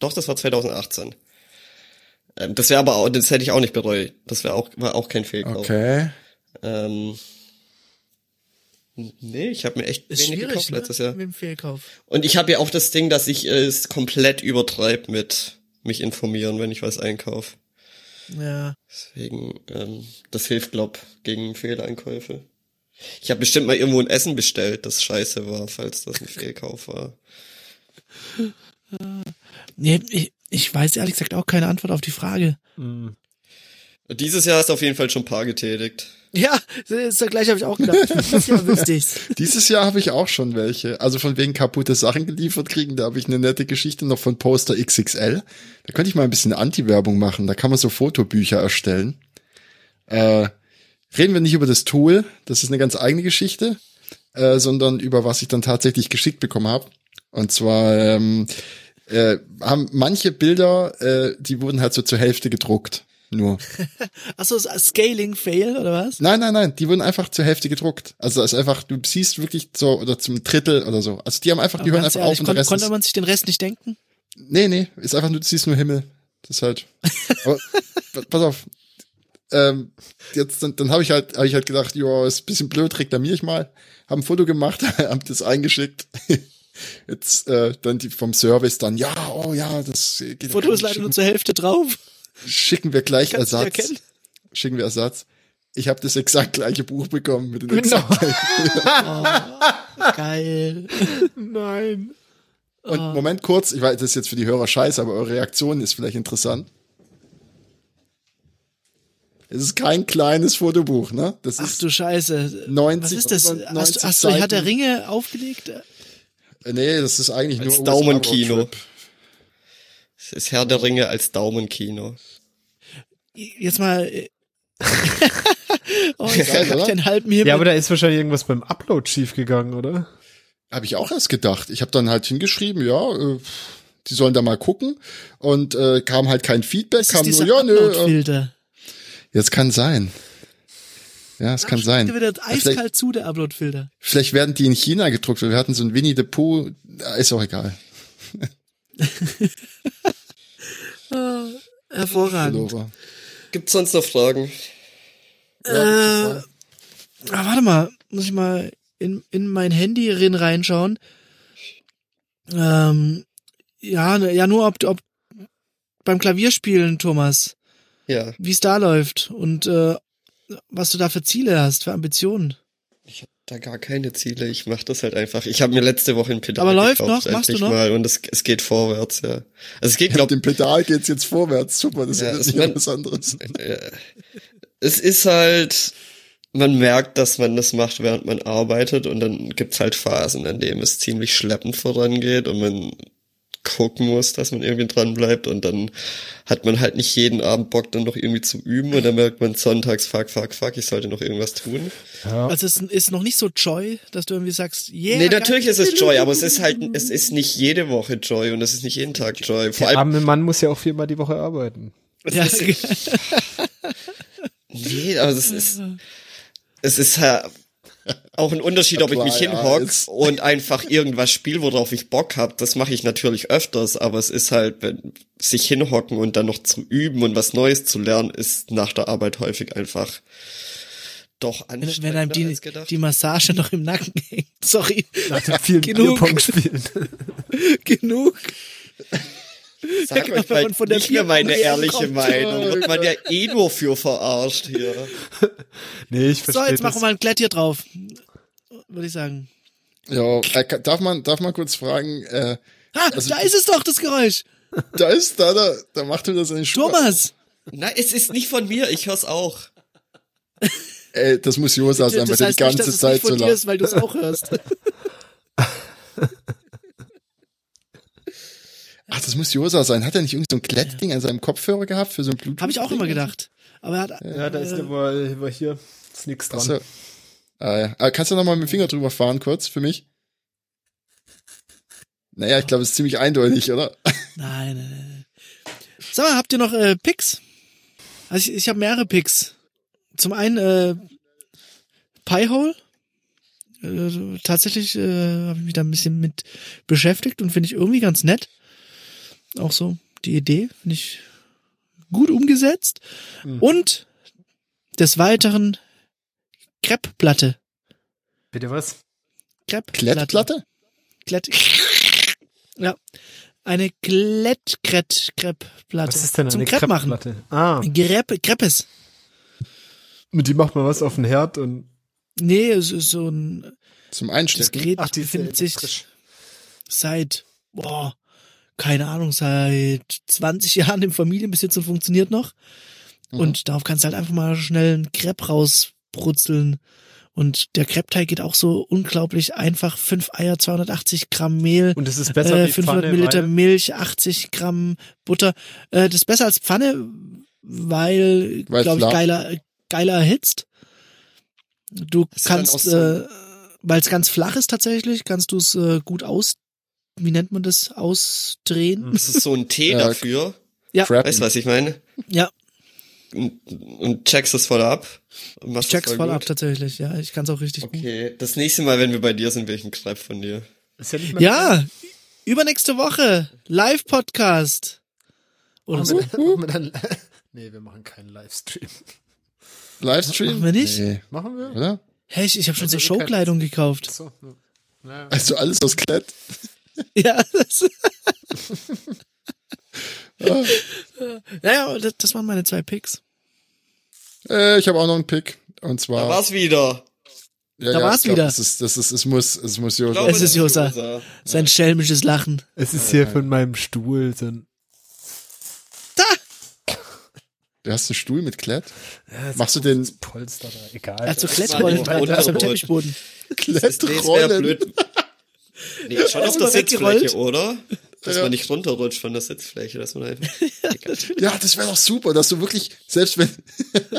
Speaker 1: doch, das war 2018. Ähm, das wäre aber auch, das hätte ich auch nicht bereut. Das wäre auch, war auch kein Fehlkauf.
Speaker 3: Okay.
Speaker 1: Ähm, nee, ich habe mir echt
Speaker 2: Ist
Speaker 1: wenig
Speaker 2: schwierig,
Speaker 1: gekauft
Speaker 2: ne?
Speaker 1: letztes Jahr.
Speaker 2: Mit dem Fehlkauf.
Speaker 1: Und ich habe ja auch das Ding, dass ich äh, es komplett übertreibe mit mich informieren, wenn ich was einkaufe.
Speaker 2: Ja.
Speaker 1: Deswegen, ähm, das hilft, glaub, gegen Fehleinkäufe. Ich habe bestimmt mal irgendwo ein Essen bestellt, das scheiße war, falls das ein Fehlkauf war.
Speaker 2: Nee, ich, ich weiß ehrlich gesagt auch keine Antwort auf die Frage.
Speaker 4: Mm.
Speaker 1: Dieses Jahr hast du auf jeden Fall schon ein paar getätigt.
Speaker 2: Ja, ist ja gleich habe ich auch gedacht. Das
Speaker 3: [LAUGHS]
Speaker 2: Jahr wüsste ich's.
Speaker 3: Dieses Jahr habe ich auch schon welche. Also von wegen kaputte Sachen geliefert kriegen, da habe ich eine nette Geschichte noch von Poster XXL. Da könnte ich mal ein bisschen Anti-Werbung machen. Da kann man so Fotobücher erstellen. Äh, reden wir nicht über das Tool, das ist eine ganz eigene Geschichte, äh, sondern über was ich dann tatsächlich geschickt bekommen habe. Und zwar ähm, äh, haben manche Bilder, äh, die wurden halt so zur Hälfte gedruckt. Nur.
Speaker 2: Achso, Scaling Fail oder was?
Speaker 3: Nein, nein, nein, die wurden einfach zur Hälfte gedruckt. Also das ist einfach, du siehst wirklich so oder zum Drittel oder so. Also die haben einfach, die hören
Speaker 2: Ganz
Speaker 3: einfach
Speaker 2: ehrlich,
Speaker 3: auf und der
Speaker 2: kon
Speaker 3: Rest
Speaker 2: konnte
Speaker 3: ist,
Speaker 2: man sich den Rest nicht denken?
Speaker 3: Nee, nee, ist einfach nur, du siehst nur Himmel. Das
Speaker 2: [LAUGHS]
Speaker 3: ist halt. Aber pa- pass auf. Ähm, jetzt dann, dann habe ich halt habe ich halt gedacht, ja, ist ein bisschen blöd, reklamiere ich mal. Hab ein Foto gemacht, [LAUGHS] hab das eingeschickt. [LAUGHS] Jetzt äh, dann die vom Service dann, ja, oh ja, das geht
Speaker 2: Foto ist leider
Speaker 3: schicken,
Speaker 2: nur zur Hälfte
Speaker 3: [LAUGHS]
Speaker 2: drauf.
Speaker 3: schicken wir gleich
Speaker 2: Kannst du nicht
Speaker 3: Ersatz.
Speaker 2: erkennen.
Speaker 3: Schicken wir Ersatz. Ich habe das exakt gleiche Buch bekommen mit den
Speaker 4: Genau.
Speaker 3: exakt
Speaker 2: [LAUGHS]
Speaker 3: gleichen
Speaker 2: Geil.
Speaker 4: Nein.
Speaker 3: Und
Speaker 2: Oh.
Speaker 3: Moment kurz, ich weiß, das ist jetzt für die Hörer scheiße, aber eure Reaktion ist vielleicht interessant. Es ist kein kleines Fotobuch, ne? Das
Speaker 2: Ach
Speaker 3: ist,
Speaker 2: du Scheiße.
Speaker 3: 90
Speaker 2: was ist das?
Speaker 3: und
Speaker 2: Hast,
Speaker 3: 90
Speaker 2: du- hast du Herr der
Speaker 3: Seiten.
Speaker 2: Ringe aufgelegt?
Speaker 3: äh, nee, das ist eigentlich nur
Speaker 1: Als
Speaker 3: USA
Speaker 1: Daumenkino.
Speaker 3: Roadtrip.
Speaker 1: Es ist Herr der Ringe als Daumenkino.
Speaker 2: Jetzt mal.
Speaker 3: [LAUGHS]
Speaker 2: äh, oh, jetzt
Speaker 3: Geil,
Speaker 2: hab ich
Speaker 3: oder?
Speaker 2: den halben Himmel.
Speaker 4: Ja, aber da ist wahrscheinlich irgendwas beim Upload schief gegangen, oder?
Speaker 3: Habe ich auch erst gedacht. Ich habe dann halt hingeschrieben, ja, äh, die sollen da mal gucken und äh, kam halt kein Feedback,
Speaker 2: das ist
Speaker 3: kam nur
Speaker 2: dieser
Speaker 3: ja, nö. Äh,
Speaker 2: Upload-Filter.
Speaker 3: jetzt kann sein. Ja, es kann sein.
Speaker 2: Der wird
Speaker 3: Ja, vielleicht,
Speaker 2: eiskalt zu, der Upload-Filter.
Speaker 3: vielleicht werden die in China gedruckt, weil wir hatten so ein Winnie the Pooh, äh, ist auch egal.
Speaker 2: Hervorragend.
Speaker 3: Pullover.
Speaker 1: Gibt's sonst noch Fragen?
Speaker 2: Äh, ah, warte mal, muss ich mal in, in mein Handy rin reinschauen. Ähm, ja, ne- ja, nur ob, ob beim Klavierspielen, Thomas,
Speaker 1: Ja.
Speaker 2: wie es da läuft und äh, was du da für Ziele hast, für Ambitionen.
Speaker 1: Ich habe da gar keine Ziele. Ich mache das halt einfach. Ich habe mir letzte Woche ein Pedal
Speaker 2: Aber läuft
Speaker 1: gekauft.
Speaker 2: noch? Machst du
Speaker 1: endlich
Speaker 2: noch?
Speaker 1: Mal. Und es, es geht vorwärts, ja. Also es geht, glaube
Speaker 3: Mit dem Pedal geht's jetzt vorwärts. Super, das
Speaker 1: Ja,
Speaker 3: ist
Speaker 1: es
Speaker 3: nicht
Speaker 1: mein-
Speaker 3: was anderes.
Speaker 1: Äh, es ist halt, man merkt, dass man das macht, während man arbeitet und dann gibt's halt Phasen, in denen es ziemlich schleppend vorangeht und man gucken muss, dass man irgendwie dran bleibt und dann hat man halt nicht jeden Abend Bock, dann noch irgendwie zu üben und dann merkt man sonntags, fuck, fuck, fuck, ich sollte noch irgendwas tun.
Speaker 4: Ja.
Speaker 2: Also es ist noch nicht so Joy, dass du irgendwie sagst, yeah.
Speaker 1: nee, natürlich
Speaker 2: geil.
Speaker 1: ist es Joy, aber es ist
Speaker 2: [LAUGHS]
Speaker 1: halt, es ist nicht jede Woche Joy und es ist nicht jeden Tag Joy. Vor
Speaker 4: Der
Speaker 1: allem,
Speaker 4: arme Mann muss ja auch viermal die Woche arbeiten.
Speaker 2: Ja, [LAUGHS]
Speaker 1: nee, aber es ist, es ist ja auch ein Unterschied, ob ich mich
Speaker 3: Apply eyes.
Speaker 1: hinhock und einfach irgendwas spiele, worauf ich Bock habe. Das mache ich natürlich öfters, aber es ist halt, wenn sich hinhocken und dann noch zu üben und was Neues zu lernen, ist nach der Arbeit häufig einfach doch
Speaker 2: wenn,
Speaker 1: anstrengender
Speaker 2: wenn einem die,
Speaker 1: als gedacht.
Speaker 2: die Massage [LAUGHS] noch im Nacken hängt. Sorry,
Speaker 4: Nach dem vielen
Speaker 2: Genug. [LAUGHS]
Speaker 4: Bierpong spielen.
Speaker 2: genug.
Speaker 1: Sag
Speaker 2: genau,
Speaker 1: euch
Speaker 2: wenn
Speaker 1: mal
Speaker 2: man von der
Speaker 1: nicht mehr meine
Speaker 2: Bierbrühe
Speaker 1: ehrliche
Speaker 2: kommt.
Speaker 1: Meinung. Wird man ja eh nur für verarscht hier.
Speaker 4: Nee, ich
Speaker 2: So,
Speaker 4: verstehe
Speaker 2: jetzt machen
Speaker 4: das.
Speaker 2: wir mal ein Klett hier drauf. Würde ich sagen.
Speaker 3: Ja, äh, ka- darf man, darf man kurz fragen, äh,
Speaker 2: Ha, Ah, da ist es doch, das Geräusch.
Speaker 3: da ist, da, da, da macht er das in den Schuh.
Speaker 2: Thomas.
Speaker 1: Nein, es ist nicht von mir, ich hör's auch.
Speaker 3: Ey, das muss Jo sein, weil
Speaker 2: das
Speaker 3: der Also
Speaker 2: heißt nicht,
Speaker 3: die
Speaker 2: dass
Speaker 3: ganze
Speaker 2: es
Speaker 3: Zeit
Speaker 2: nicht
Speaker 3: so
Speaker 2: von dir
Speaker 3: lacht.
Speaker 2: ist, weil du es auch hörst.
Speaker 3: Ach, das muss Josa sein. Hat er nicht irgend so ein Klettding an seinem Kopfhörer gehabt für so ein Bluetooth?
Speaker 2: Habe ich auch immer gedacht. Aber er hat, äh,
Speaker 4: Ja, da ist immer, immer hier. Ist nix dran.
Speaker 3: Achso. Ah, ja. ah, kannst du nochmal mit dem Finger drüber fahren, kurz, für mich? Naja, ich glaube, es ist ziemlich eindeutig, oder?
Speaker 2: Nein, nein, nein. Sag mal, habt ihr noch äh, Picks? Also ich, ich habe mehrere Picks. Zum einen äh, Piehole. Äh, tatsächlich äh, habe ich mich da ein bisschen mit beschäftigt und finde ich irgendwie ganz nett. Auch so die Idee finde ich gut umgesetzt. Und des Weiteren Kreppplatte.
Speaker 4: Bitte was?
Speaker 2: Kreppplatte.
Speaker 3: Klettplatte?
Speaker 2: Klett. Ja. Eine Klett-Krett-Kreppplatte.
Speaker 4: Was ist denn eine
Speaker 2: Zum Krepp machen.
Speaker 4: Kreppplatte? Ah,
Speaker 2: Greppe, Greppes.
Speaker 4: mit die macht man was auf den Herd und.
Speaker 2: Nee, es ist so ein.
Speaker 3: Zum
Speaker 2: Das
Speaker 3: Einstecken.
Speaker 2: Gerät
Speaker 4: Ach, die ist ja
Speaker 2: befindet sich
Speaker 4: elektrisch.
Speaker 2: seit, boah, keine Ahnung, seit 20 [LAUGHS] Jahren im Familienbesitz und funktioniert noch.
Speaker 4: Mhm.
Speaker 2: Und darauf kannst du halt einfach mal schnell einen Crepe rausbrutzeln. Und der Crepe-Teig geht auch so unglaublich einfach. Fünf Eier, 280 Gramm Mehl.
Speaker 4: Und es ist besser
Speaker 2: äh,
Speaker 4: wie
Speaker 2: 500
Speaker 4: Pfanne,
Speaker 2: Milliliter
Speaker 4: weil
Speaker 2: Milch, 80 Gramm Butter. Äh, das ist besser als Pfanne, weil,
Speaker 3: Weil's
Speaker 2: glaube ich,
Speaker 3: lag.
Speaker 2: geiler, geiler erhitzt. Du
Speaker 1: Ist dann auch
Speaker 2: kannst,
Speaker 1: so-
Speaker 2: äh, weil es ganz flach ist tatsächlich, kannst du es äh, gut aus, wie nennt man das, ausdrehen.
Speaker 4: Hm.
Speaker 1: Es ist so ein Tee
Speaker 3: Ja,
Speaker 1: dafür.
Speaker 2: Ja.
Speaker 3: Crap.
Speaker 1: Weißt du, was ich meine?
Speaker 2: Ja,
Speaker 1: Und, und checkst es voll ab. Und machst
Speaker 2: ich
Speaker 1: das
Speaker 2: check's voll
Speaker 1: gut.
Speaker 2: ab tatsächlich. Ja, ich kann es auch richtig gut.
Speaker 1: Okay, das nächste Mal, wenn wir bei dir sind, will ich einen Crepe von dir.
Speaker 4: Ist ja nicht mehr
Speaker 2: Ja, übernächste Woche, Live-Podcast. Oder so.
Speaker 4: [LAUGHS] nee, wir machen keinen Livestream.
Speaker 3: Livestream?
Speaker 2: Machen wir nicht?
Speaker 3: Nee.
Speaker 4: Machen wir?
Speaker 3: Oder?
Speaker 2: Hey, ich, ich habe schon so
Speaker 4: ihr könnt-
Speaker 2: Showkleidung gekauft.
Speaker 4: So. ne. Naja.
Speaker 3: Also alles aus Klett.
Speaker 2: Ja, das. naja, das, das waren meine zwei Picks.
Speaker 3: Äh, ich habe auch noch einen Pick. Und zwar.
Speaker 1: Da war's wieder.
Speaker 2: da
Speaker 3: ja, ja,
Speaker 2: war's
Speaker 3: ich glaub,
Speaker 2: wieder.
Speaker 3: Das ist, das ist, es muss, es muss Jo
Speaker 1: Ich glaube,
Speaker 2: Es
Speaker 1: das
Speaker 2: ist Josa.
Speaker 1: Josa.
Speaker 2: Sein schelmisches Lachen.
Speaker 4: Es ist hier von meinem Stuhl. So ein,
Speaker 2: Da!
Speaker 3: Du hast einen Stuhl mit Klett?
Speaker 4: ja, so
Speaker 3: Machst du den
Speaker 4: ein Polster da. Egal.
Speaker 2: Er hat so
Speaker 1: war
Speaker 2: Klettrollen
Speaker 1: der
Speaker 2: auf dem
Speaker 1: Unterboden.
Speaker 2: Teppichboden.
Speaker 1: Das ist nee, wär
Speaker 3: Klettrollen?
Speaker 1: blöd. Nee, schon auf der
Speaker 2: Erstmal weggerollt.
Speaker 1: Sitzfläche, oder? Dass
Speaker 3: Ja.
Speaker 1: man nicht runterrutscht von der Sitzfläche, dass man halt einfach.
Speaker 3: Ja, das wäre doch super, dass du wirklich, selbst wenn,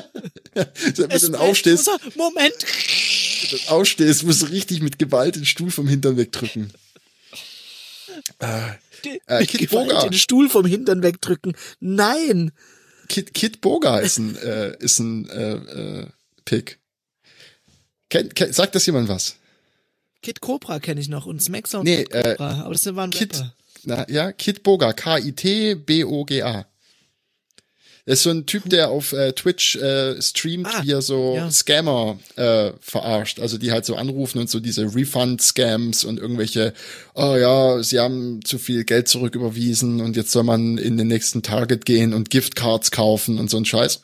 Speaker 3: [LAUGHS] selbst wenn du dann aufstehst,
Speaker 2: Moment!
Speaker 3: dann aufstehst, musst du richtig mit Gewalt den Stuhl vom Hintern wegdrücken. Äh, Kid
Speaker 2: Gewalt
Speaker 3: Boga.
Speaker 2: den Stuhl vom Hintern wegdrücken. Nein!
Speaker 3: Kid, Kid Boga ist ein, äh, ist ein äh, äh, Pick. Kennt, kennt, sagt das jemand was?
Speaker 2: Kid Cobra kenne ich noch und Smackdown
Speaker 3: Nee, äh,
Speaker 2: Kid Cobra. aber das waren
Speaker 3: Kid,
Speaker 2: Rapper.
Speaker 3: na, ja, Kid Boga, K-I-T-B-O-G-A. Das ist so ein Typ, der auf äh, Twitch äh, streamt,
Speaker 2: Ah,
Speaker 3: wie er so
Speaker 2: ja.
Speaker 3: Scammer äh, verarscht. Also die halt so anrufen und so diese Refund-Scams und irgendwelche, oh ja, sie haben zu viel Geld zurücküberwiesen und jetzt soll man in den nächsten Target gehen und Giftcards kaufen und so ein Scheiß,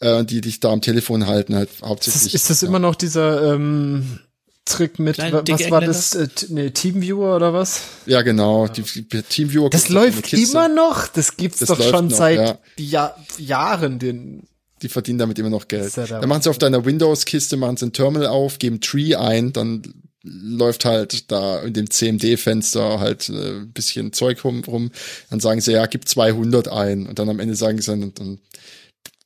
Speaker 3: äh, die dich da am Telefon halten halt
Speaker 4: Ist das,
Speaker 3: hauptsächlich.
Speaker 4: ist das immer noch dieser ähm, Trick mit,
Speaker 2: Kleine,
Speaker 4: wa-
Speaker 2: dicke
Speaker 4: was war
Speaker 2: Engländer?
Speaker 4: das? Äh, t- nee, Teamviewer oder was?
Speaker 3: ja, genau. Die, die Teamviewer
Speaker 4: Das
Speaker 3: guckt auf
Speaker 4: läuft
Speaker 3: meine Kids
Speaker 4: immer
Speaker 3: und
Speaker 4: noch. Das gibt's
Speaker 3: Das
Speaker 4: doch
Speaker 3: läuft
Speaker 4: schon
Speaker 3: noch,
Speaker 4: seit
Speaker 3: ja.
Speaker 4: ja. Jahren. Den
Speaker 3: Die verdienen damit immer noch Geld.
Speaker 4: Ist ja der
Speaker 3: dann machen sie auf deiner Windows-Kiste, machen sie ein Terminal auf, geben Tree ein, dann läuft halt da in dem CMD-Fenster halt äh, ein bisschen Zeug rum, rum. Dann sagen sie, ja, gib 200 ein. Und dann am Ende sagen sie, dann, dann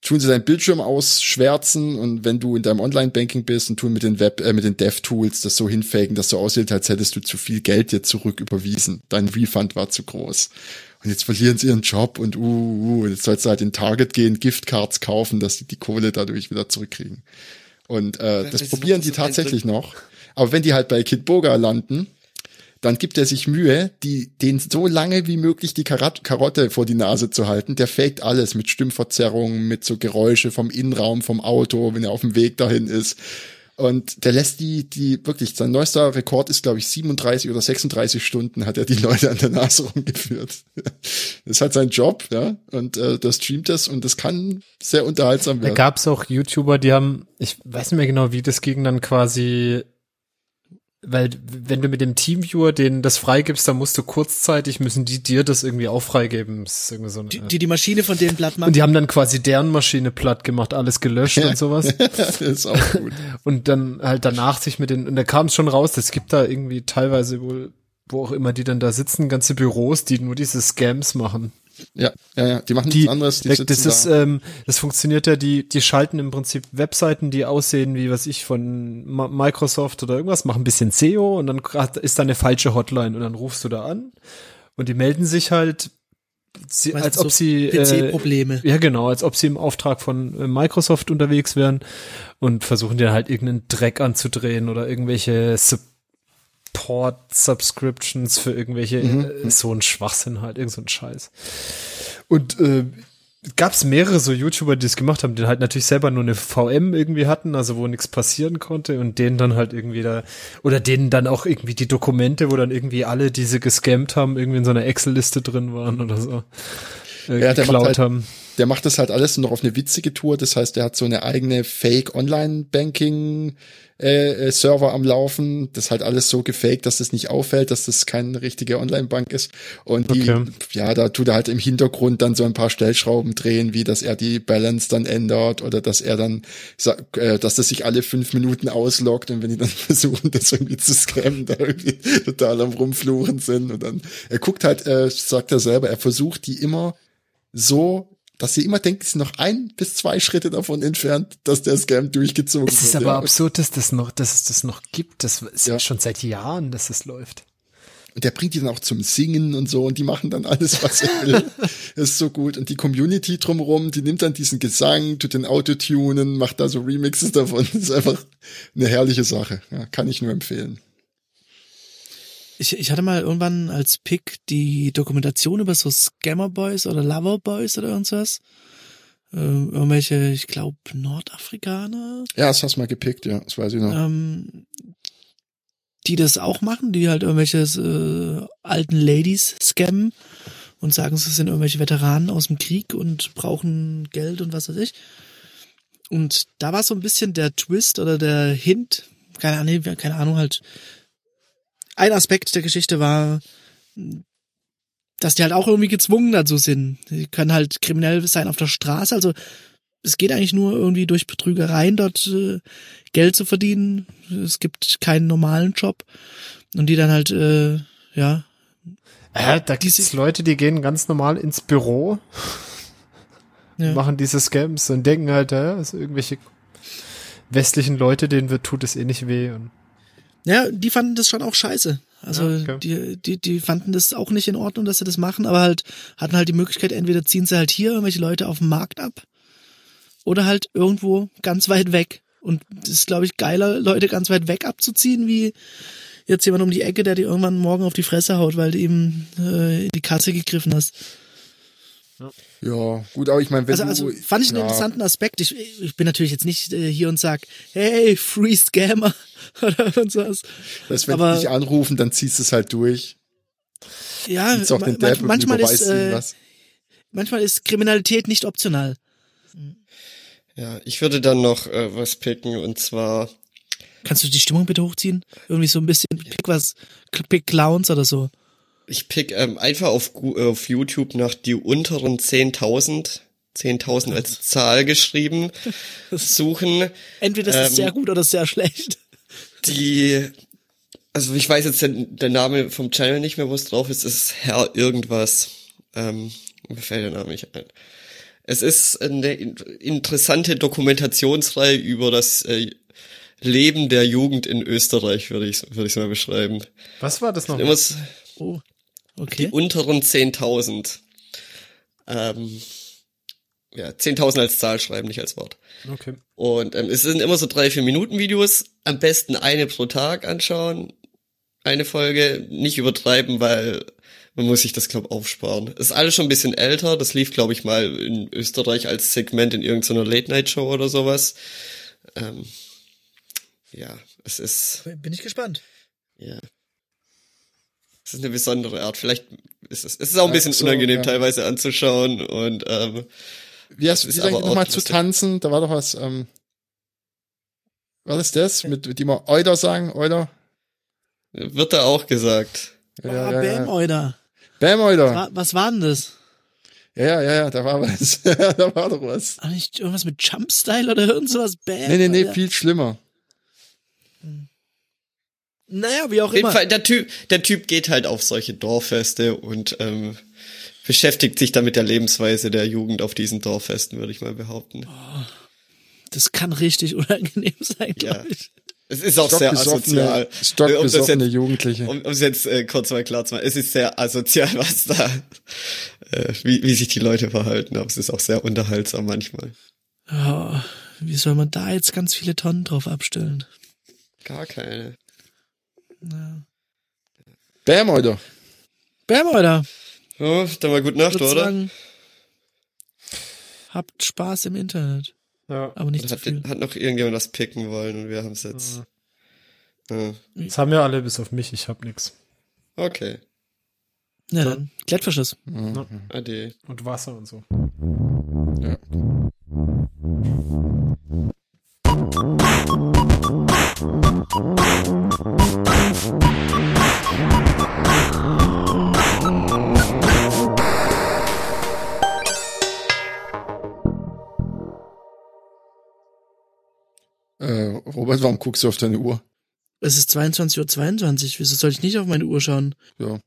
Speaker 3: tun sie deinen Bildschirm ausschwärzen und wenn du in deinem Online-Banking bist und tun mit den Web, äh, mit den Dev-Tools das so hinfaken, dass so aussieht, als hättest du zu viel Geld dir zurück überwiesen. Dein Refund war zu groß. Und jetzt verlieren sie ihren Job und uh, uh und jetzt sollst du halt in Target gehen, Giftcards kaufen, dass die die Kohle dadurch wieder zurückkriegen. Und äh, das
Speaker 1: das
Speaker 3: probieren
Speaker 1: macht
Speaker 3: die
Speaker 1: so keinen
Speaker 3: tatsächlich noch. Aber wenn die halt bei Kid Burger landen, dann gibt er sich Mühe, die, den so lange wie möglich die Karat Karotte vor die Nase zu halten. Der faked alles mit Stimmverzerrungen, mit so Geräusche vom Innenraum, vom Auto, wenn er auf dem Weg dahin ist. Und der lässt die, die wirklich, sein neuester Rekord ist, glaube ich, 37 oder 36 Stunden hat er die [LAUGHS] Leute an der Nase rumgeführt. Das hat sein Job, ja, und äh, das streamt das und das kann sehr unterhaltsam
Speaker 4: Da
Speaker 3: werden.
Speaker 4: gab es auch YouTuber, die haben, ich weiß nicht mehr genau, wie das ging, dann quasi, weil wenn du mit dem Teamviewer denen das freigibst, dann musst du kurzzeitig, müssen die dir das irgendwie auch freigeben. Das ist irgendwie so eine,
Speaker 2: Die, die, die Maschine von denen platt
Speaker 4: und
Speaker 2: macht.
Speaker 4: die haben dann quasi deren Maschine platt gemacht, alles
Speaker 2: [LAUGHS]
Speaker 4: gelöscht und sowas.
Speaker 3: [LAUGHS] das ist auch gut.
Speaker 4: Und dann halt danach sich mit den, und da kam es schon raus, es gibt da irgendwie teilweise wohl, wo auch immer die dann da sitzen, ganze Büros, die nur diese Scams machen.
Speaker 3: Ja, ja, ja. Die machen
Speaker 4: Die,
Speaker 3: nichts anderes. Die
Speaker 4: das,
Speaker 3: sitzen
Speaker 4: ist,
Speaker 3: da.
Speaker 4: ähm, das funktioniert ja, die, die schalten im Prinzip Webseiten, die aussehen wie, was ich, von Ma- Microsoft oder irgendwas, machen ein bisschen SEO und dann hat- ist da eine falsche Hotline und dann rufst du da an und die melden sich halt, sie,
Speaker 2: Meistens
Speaker 4: als ob
Speaker 2: so
Speaker 4: sie äh,
Speaker 2: PC-Probleme.
Speaker 4: ja, genau, als ob sie im Auftrag von äh, Microsoft unterwegs wären und versuchen dir halt irgendeinen Dreck anzudrehen oder irgendwelche Support-Subscriptions für irgendwelche,
Speaker 3: Mhm.
Speaker 4: äh, so ein Schwachsinn halt, irgend so ein Scheiß. Und äh, gab es mehrere so YouTuber, die es gemacht haben, die halt natürlich selber nur eine VM irgendwie hatten, also wo nichts passieren konnte und denen dann halt irgendwie da, oder denen dann auch irgendwie die Dokumente, wo dann irgendwie alle, die sie gescammt haben, irgendwie in so einer Excel-Liste drin waren oder so, äh,
Speaker 3: Ja, der macht
Speaker 4: geklaut
Speaker 3: halt-
Speaker 4: haben.
Speaker 3: der macht das halt alles noch auf eine witzige Tour. Das heißt, der hat so eine eigene Fake-Online-Banking-Server äh, am Laufen. Das ist halt alles so gefaked, dass das nicht auffällt, dass das keine richtige Online-Bank ist. Und die,
Speaker 4: Okay.
Speaker 3: ja, da tut er halt im Hintergrund dann so ein paar Stellschrauben drehen, wie dass er die Balance dann ändert oder dass er dann, sa- äh, dass das sich alle fünf Minuten ausloggt und wenn die dann [LAUGHS] versuchen, das irgendwie zu scammen, da irgendwie total am Rumfluchen sind und dann, er guckt halt, äh, sagt er selber, er versucht die immer so, dass sie immer denkt, sie sind noch ein bis zwei Schritte davon entfernt, dass der Scam durchgezogen
Speaker 4: Es ist
Speaker 3: wird.
Speaker 4: aber
Speaker 3: ja.
Speaker 4: absurd, dass, das noch, dass es das noch gibt. Das ist
Speaker 3: Ja.
Speaker 4: schon seit Jahren, dass es läuft.
Speaker 3: Und der bringt die dann auch zum Singen und so und die machen dann alles, was er
Speaker 2: [LAUGHS]
Speaker 3: will. Das ist so gut. Und die Community drumherum, die nimmt dann diesen Gesang, tut den Autotunen, macht da so Remixes davon. Das ist einfach eine herrliche Sache. Ja, kann ich nur empfehlen.
Speaker 2: Ich, ich hatte mal irgendwann als Pick die Dokumentation über so Scammer Boys oder Lover Boys oder irgendwas. Ähm, irgendwelche, ich glaube, Nordafrikaner,
Speaker 3: Ja, das hast du mal gepickt, ja, das weiß ich noch.
Speaker 2: ähm, die das auch machen, die halt irgendwelche äh, alten Ladies scammen und sagen, sie sind irgendwelche Veteranen aus dem Krieg und brauchen Geld und was weiß ich. Und da war so ein bisschen der Twist oder der Hint, keine Ahnung, nee, keine Ahnung halt. Ein Aspekt der Geschichte war, dass die halt auch irgendwie gezwungen dazu sind. Die können halt kriminell sein auf der Straße. Also es geht eigentlich nur irgendwie durch Betrügereien dort äh, Geld zu verdienen. Es gibt keinen normalen Job. Und die dann halt, äh, ja,
Speaker 4: Äh, da
Speaker 2: Die
Speaker 4: gibt es
Speaker 2: sind-
Speaker 4: Leute, die gehen ganz normal ins Büro,
Speaker 2: Ja.
Speaker 4: machen diese Scams und denken halt, äh, also irgendwelche westlichen Leute, denen wird, tut es eh nicht weh. Und
Speaker 2: ja, die fanden das schon auch scheiße. Also
Speaker 4: Ja, okay.
Speaker 2: die, die, die fanden das auch nicht in Ordnung, dass sie das machen, aber halt hatten halt die Möglichkeit, entweder ziehen sie halt hier irgendwelche Leute auf dem Markt ab oder halt irgendwo ganz weit weg. Und das ist, glaube ich, geiler, Leute ganz weit weg abzuziehen, wie jetzt jemand um die Ecke, der dir irgendwann morgen auf die Fresse haut, weil du ihm äh, in die Kasse gegriffen hast.
Speaker 3: Ja, gut, aber ich meine, wenn
Speaker 2: Also, also
Speaker 3: du,
Speaker 2: fand ich einen
Speaker 3: ja,
Speaker 2: interessanten Aspekt. Ich, ich bin natürlich jetzt nicht äh, hier und sag, hey, Free Scammer [LAUGHS] oder irgend sowas.
Speaker 3: dass wenn
Speaker 2: aber-
Speaker 3: die dich anrufen, dann ziehst du es halt durch.
Speaker 2: Ja,
Speaker 3: Ziehst auch
Speaker 2: ma-
Speaker 3: den
Speaker 2: man-
Speaker 3: Depp und
Speaker 2: manchmal, ist,
Speaker 3: überweist ihnen
Speaker 2: äh,
Speaker 3: was.
Speaker 2: manchmal ist Kriminalität nicht optional.
Speaker 1: Ja, ich würde dann noch äh, was picken und zwar
Speaker 2: Kannst du die Stimmung bitte hochziehen? Irgendwie so ein bisschen pick was, pick Clowns oder so.
Speaker 1: Ich pick ähm, einfach auf, Gu- äh, auf YouTube nach die unteren 10.000, 10.000 als Zahl geschrieben, suchen,
Speaker 2: Entweder das ist
Speaker 1: Ähm,
Speaker 2: sehr gut oder sehr schlecht.
Speaker 1: die also ich weiß jetzt den, der Name vom Channel nicht mehr, wo es drauf ist. Es ist Herr irgendwas. Ähm, mir fällt der Name nicht ein. Es ist eine in- interessante Dokumentationsreihe über das äh, Leben der Jugend in Österreich, würde ich würde ich mal beschreiben.
Speaker 4: Was war das noch?
Speaker 1: Immer s-
Speaker 2: Oh,
Speaker 1: die
Speaker 2: okay.
Speaker 1: unteren 10.000. Ähm, ja, 10.000 als Zahl schreiben, nicht als Wort.
Speaker 4: Okay.
Speaker 1: Und ähm, es sind immer so drei, vier Minuten Videos. Am besten eine pro Tag anschauen. Eine Folge. Nicht übertreiben, weil man muss sich das, glaube aufsparen. Ist alles schon ein bisschen älter. Das lief, glaube ich, mal in Österreich als Segment in irgendeiner Late-Night-Show oder sowas. Ähm, ja, es ist,
Speaker 2: Bin ich gespannt.
Speaker 1: ja. Es ist eine besondere Art. Vielleicht ist es, es ist auch ein
Speaker 3: Ach
Speaker 1: bisschen
Speaker 3: so,
Speaker 1: unangenehm
Speaker 3: ja.
Speaker 1: teilweise anzuschauen und, ähm,
Speaker 3: Wie hast du
Speaker 1: Ist
Speaker 3: wie
Speaker 1: aber
Speaker 3: eigentlich nochmal
Speaker 1: auch
Speaker 3: zu
Speaker 1: lustig.
Speaker 3: tanzen? Da war doch was, ähm, war das das, mit, mit dem wir Euler sagen? Euler?
Speaker 1: wird da auch gesagt.
Speaker 2: Ja,
Speaker 3: ja,
Speaker 2: Ah, Bam, Ah.
Speaker 3: ja.
Speaker 2: Euler.
Speaker 3: Bam Euler.
Speaker 2: Wa- Was war denn das?
Speaker 3: Ja, ja, ja, ja, da war was. [LAUGHS] da war doch was.
Speaker 2: War nicht irgendwas mit Jumpstyle oder irgend sowas? Bam,
Speaker 3: Nee, nee, nee,
Speaker 2: Euler.
Speaker 3: viel schlimmer.
Speaker 2: Naja, wie auch
Speaker 1: Auf jeden
Speaker 2: immer.
Speaker 1: Fall, der Typ, der Typ geht halt auf solche Dorffeste und ähm, beschäftigt sich dann mit der Lebensweise der Jugend auf diesen Dorffesten, würde ich mal behaupten.
Speaker 3: Oh,
Speaker 2: Das kann richtig [LAUGHS] unangenehm sein,
Speaker 1: Ja.
Speaker 2: glaube ich.
Speaker 1: Es ist auch sehr asozial. Um das
Speaker 3: stockbesoffene
Speaker 1: jetzt,
Speaker 3: Jugendliche.
Speaker 1: um, um es jetzt äh, kurz mal klar zu machen, es ist sehr asozial, [LAUGHS] was da, äh, wie, wie sich die Leute verhalten. Aber es ist auch sehr unterhaltsam manchmal.
Speaker 2: Oh, wie soll man da jetzt ganz viele Tonnen drauf abstellen?
Speaker 1: Gar keine.
Speaker 2: Ja.
Speaker 3: Bam Euler.
Speaker 2: Bam, Euler.
Speaker 1: So, Oh, dann mal gute Nacht,
Speaker 2: Ich würde
Speaker 1: oder?
Speaker 2: sagen, habt Spaß im Internet,
Speaker 4: Ja.
Speaker 2: aber nicht zu
Speaker 1: Hat,
Speaker 2: viel.
Speaker 1: hat noch irgendjemand was picken wollen und wir haben es jetzt.
Speaker 2: Ah.
Speaker 1: Ja.
Speaker 4: Das haben ja alle bis auf mich, ich hab nix.
Speaker 1: ah, Okay.
Speaker 2: Na dann, Klettverschluss.
Speaker 1: Ade.
Speaker 4: Und Wasser und so.
Speaker 3: Äh, Robert, warum guckst du auf deine Uhr?
Speaker 2: Es ist 22.22 Uhr. Wieso soll ich nicht auf meine Uhr schauen?
Speaker 3: Ja.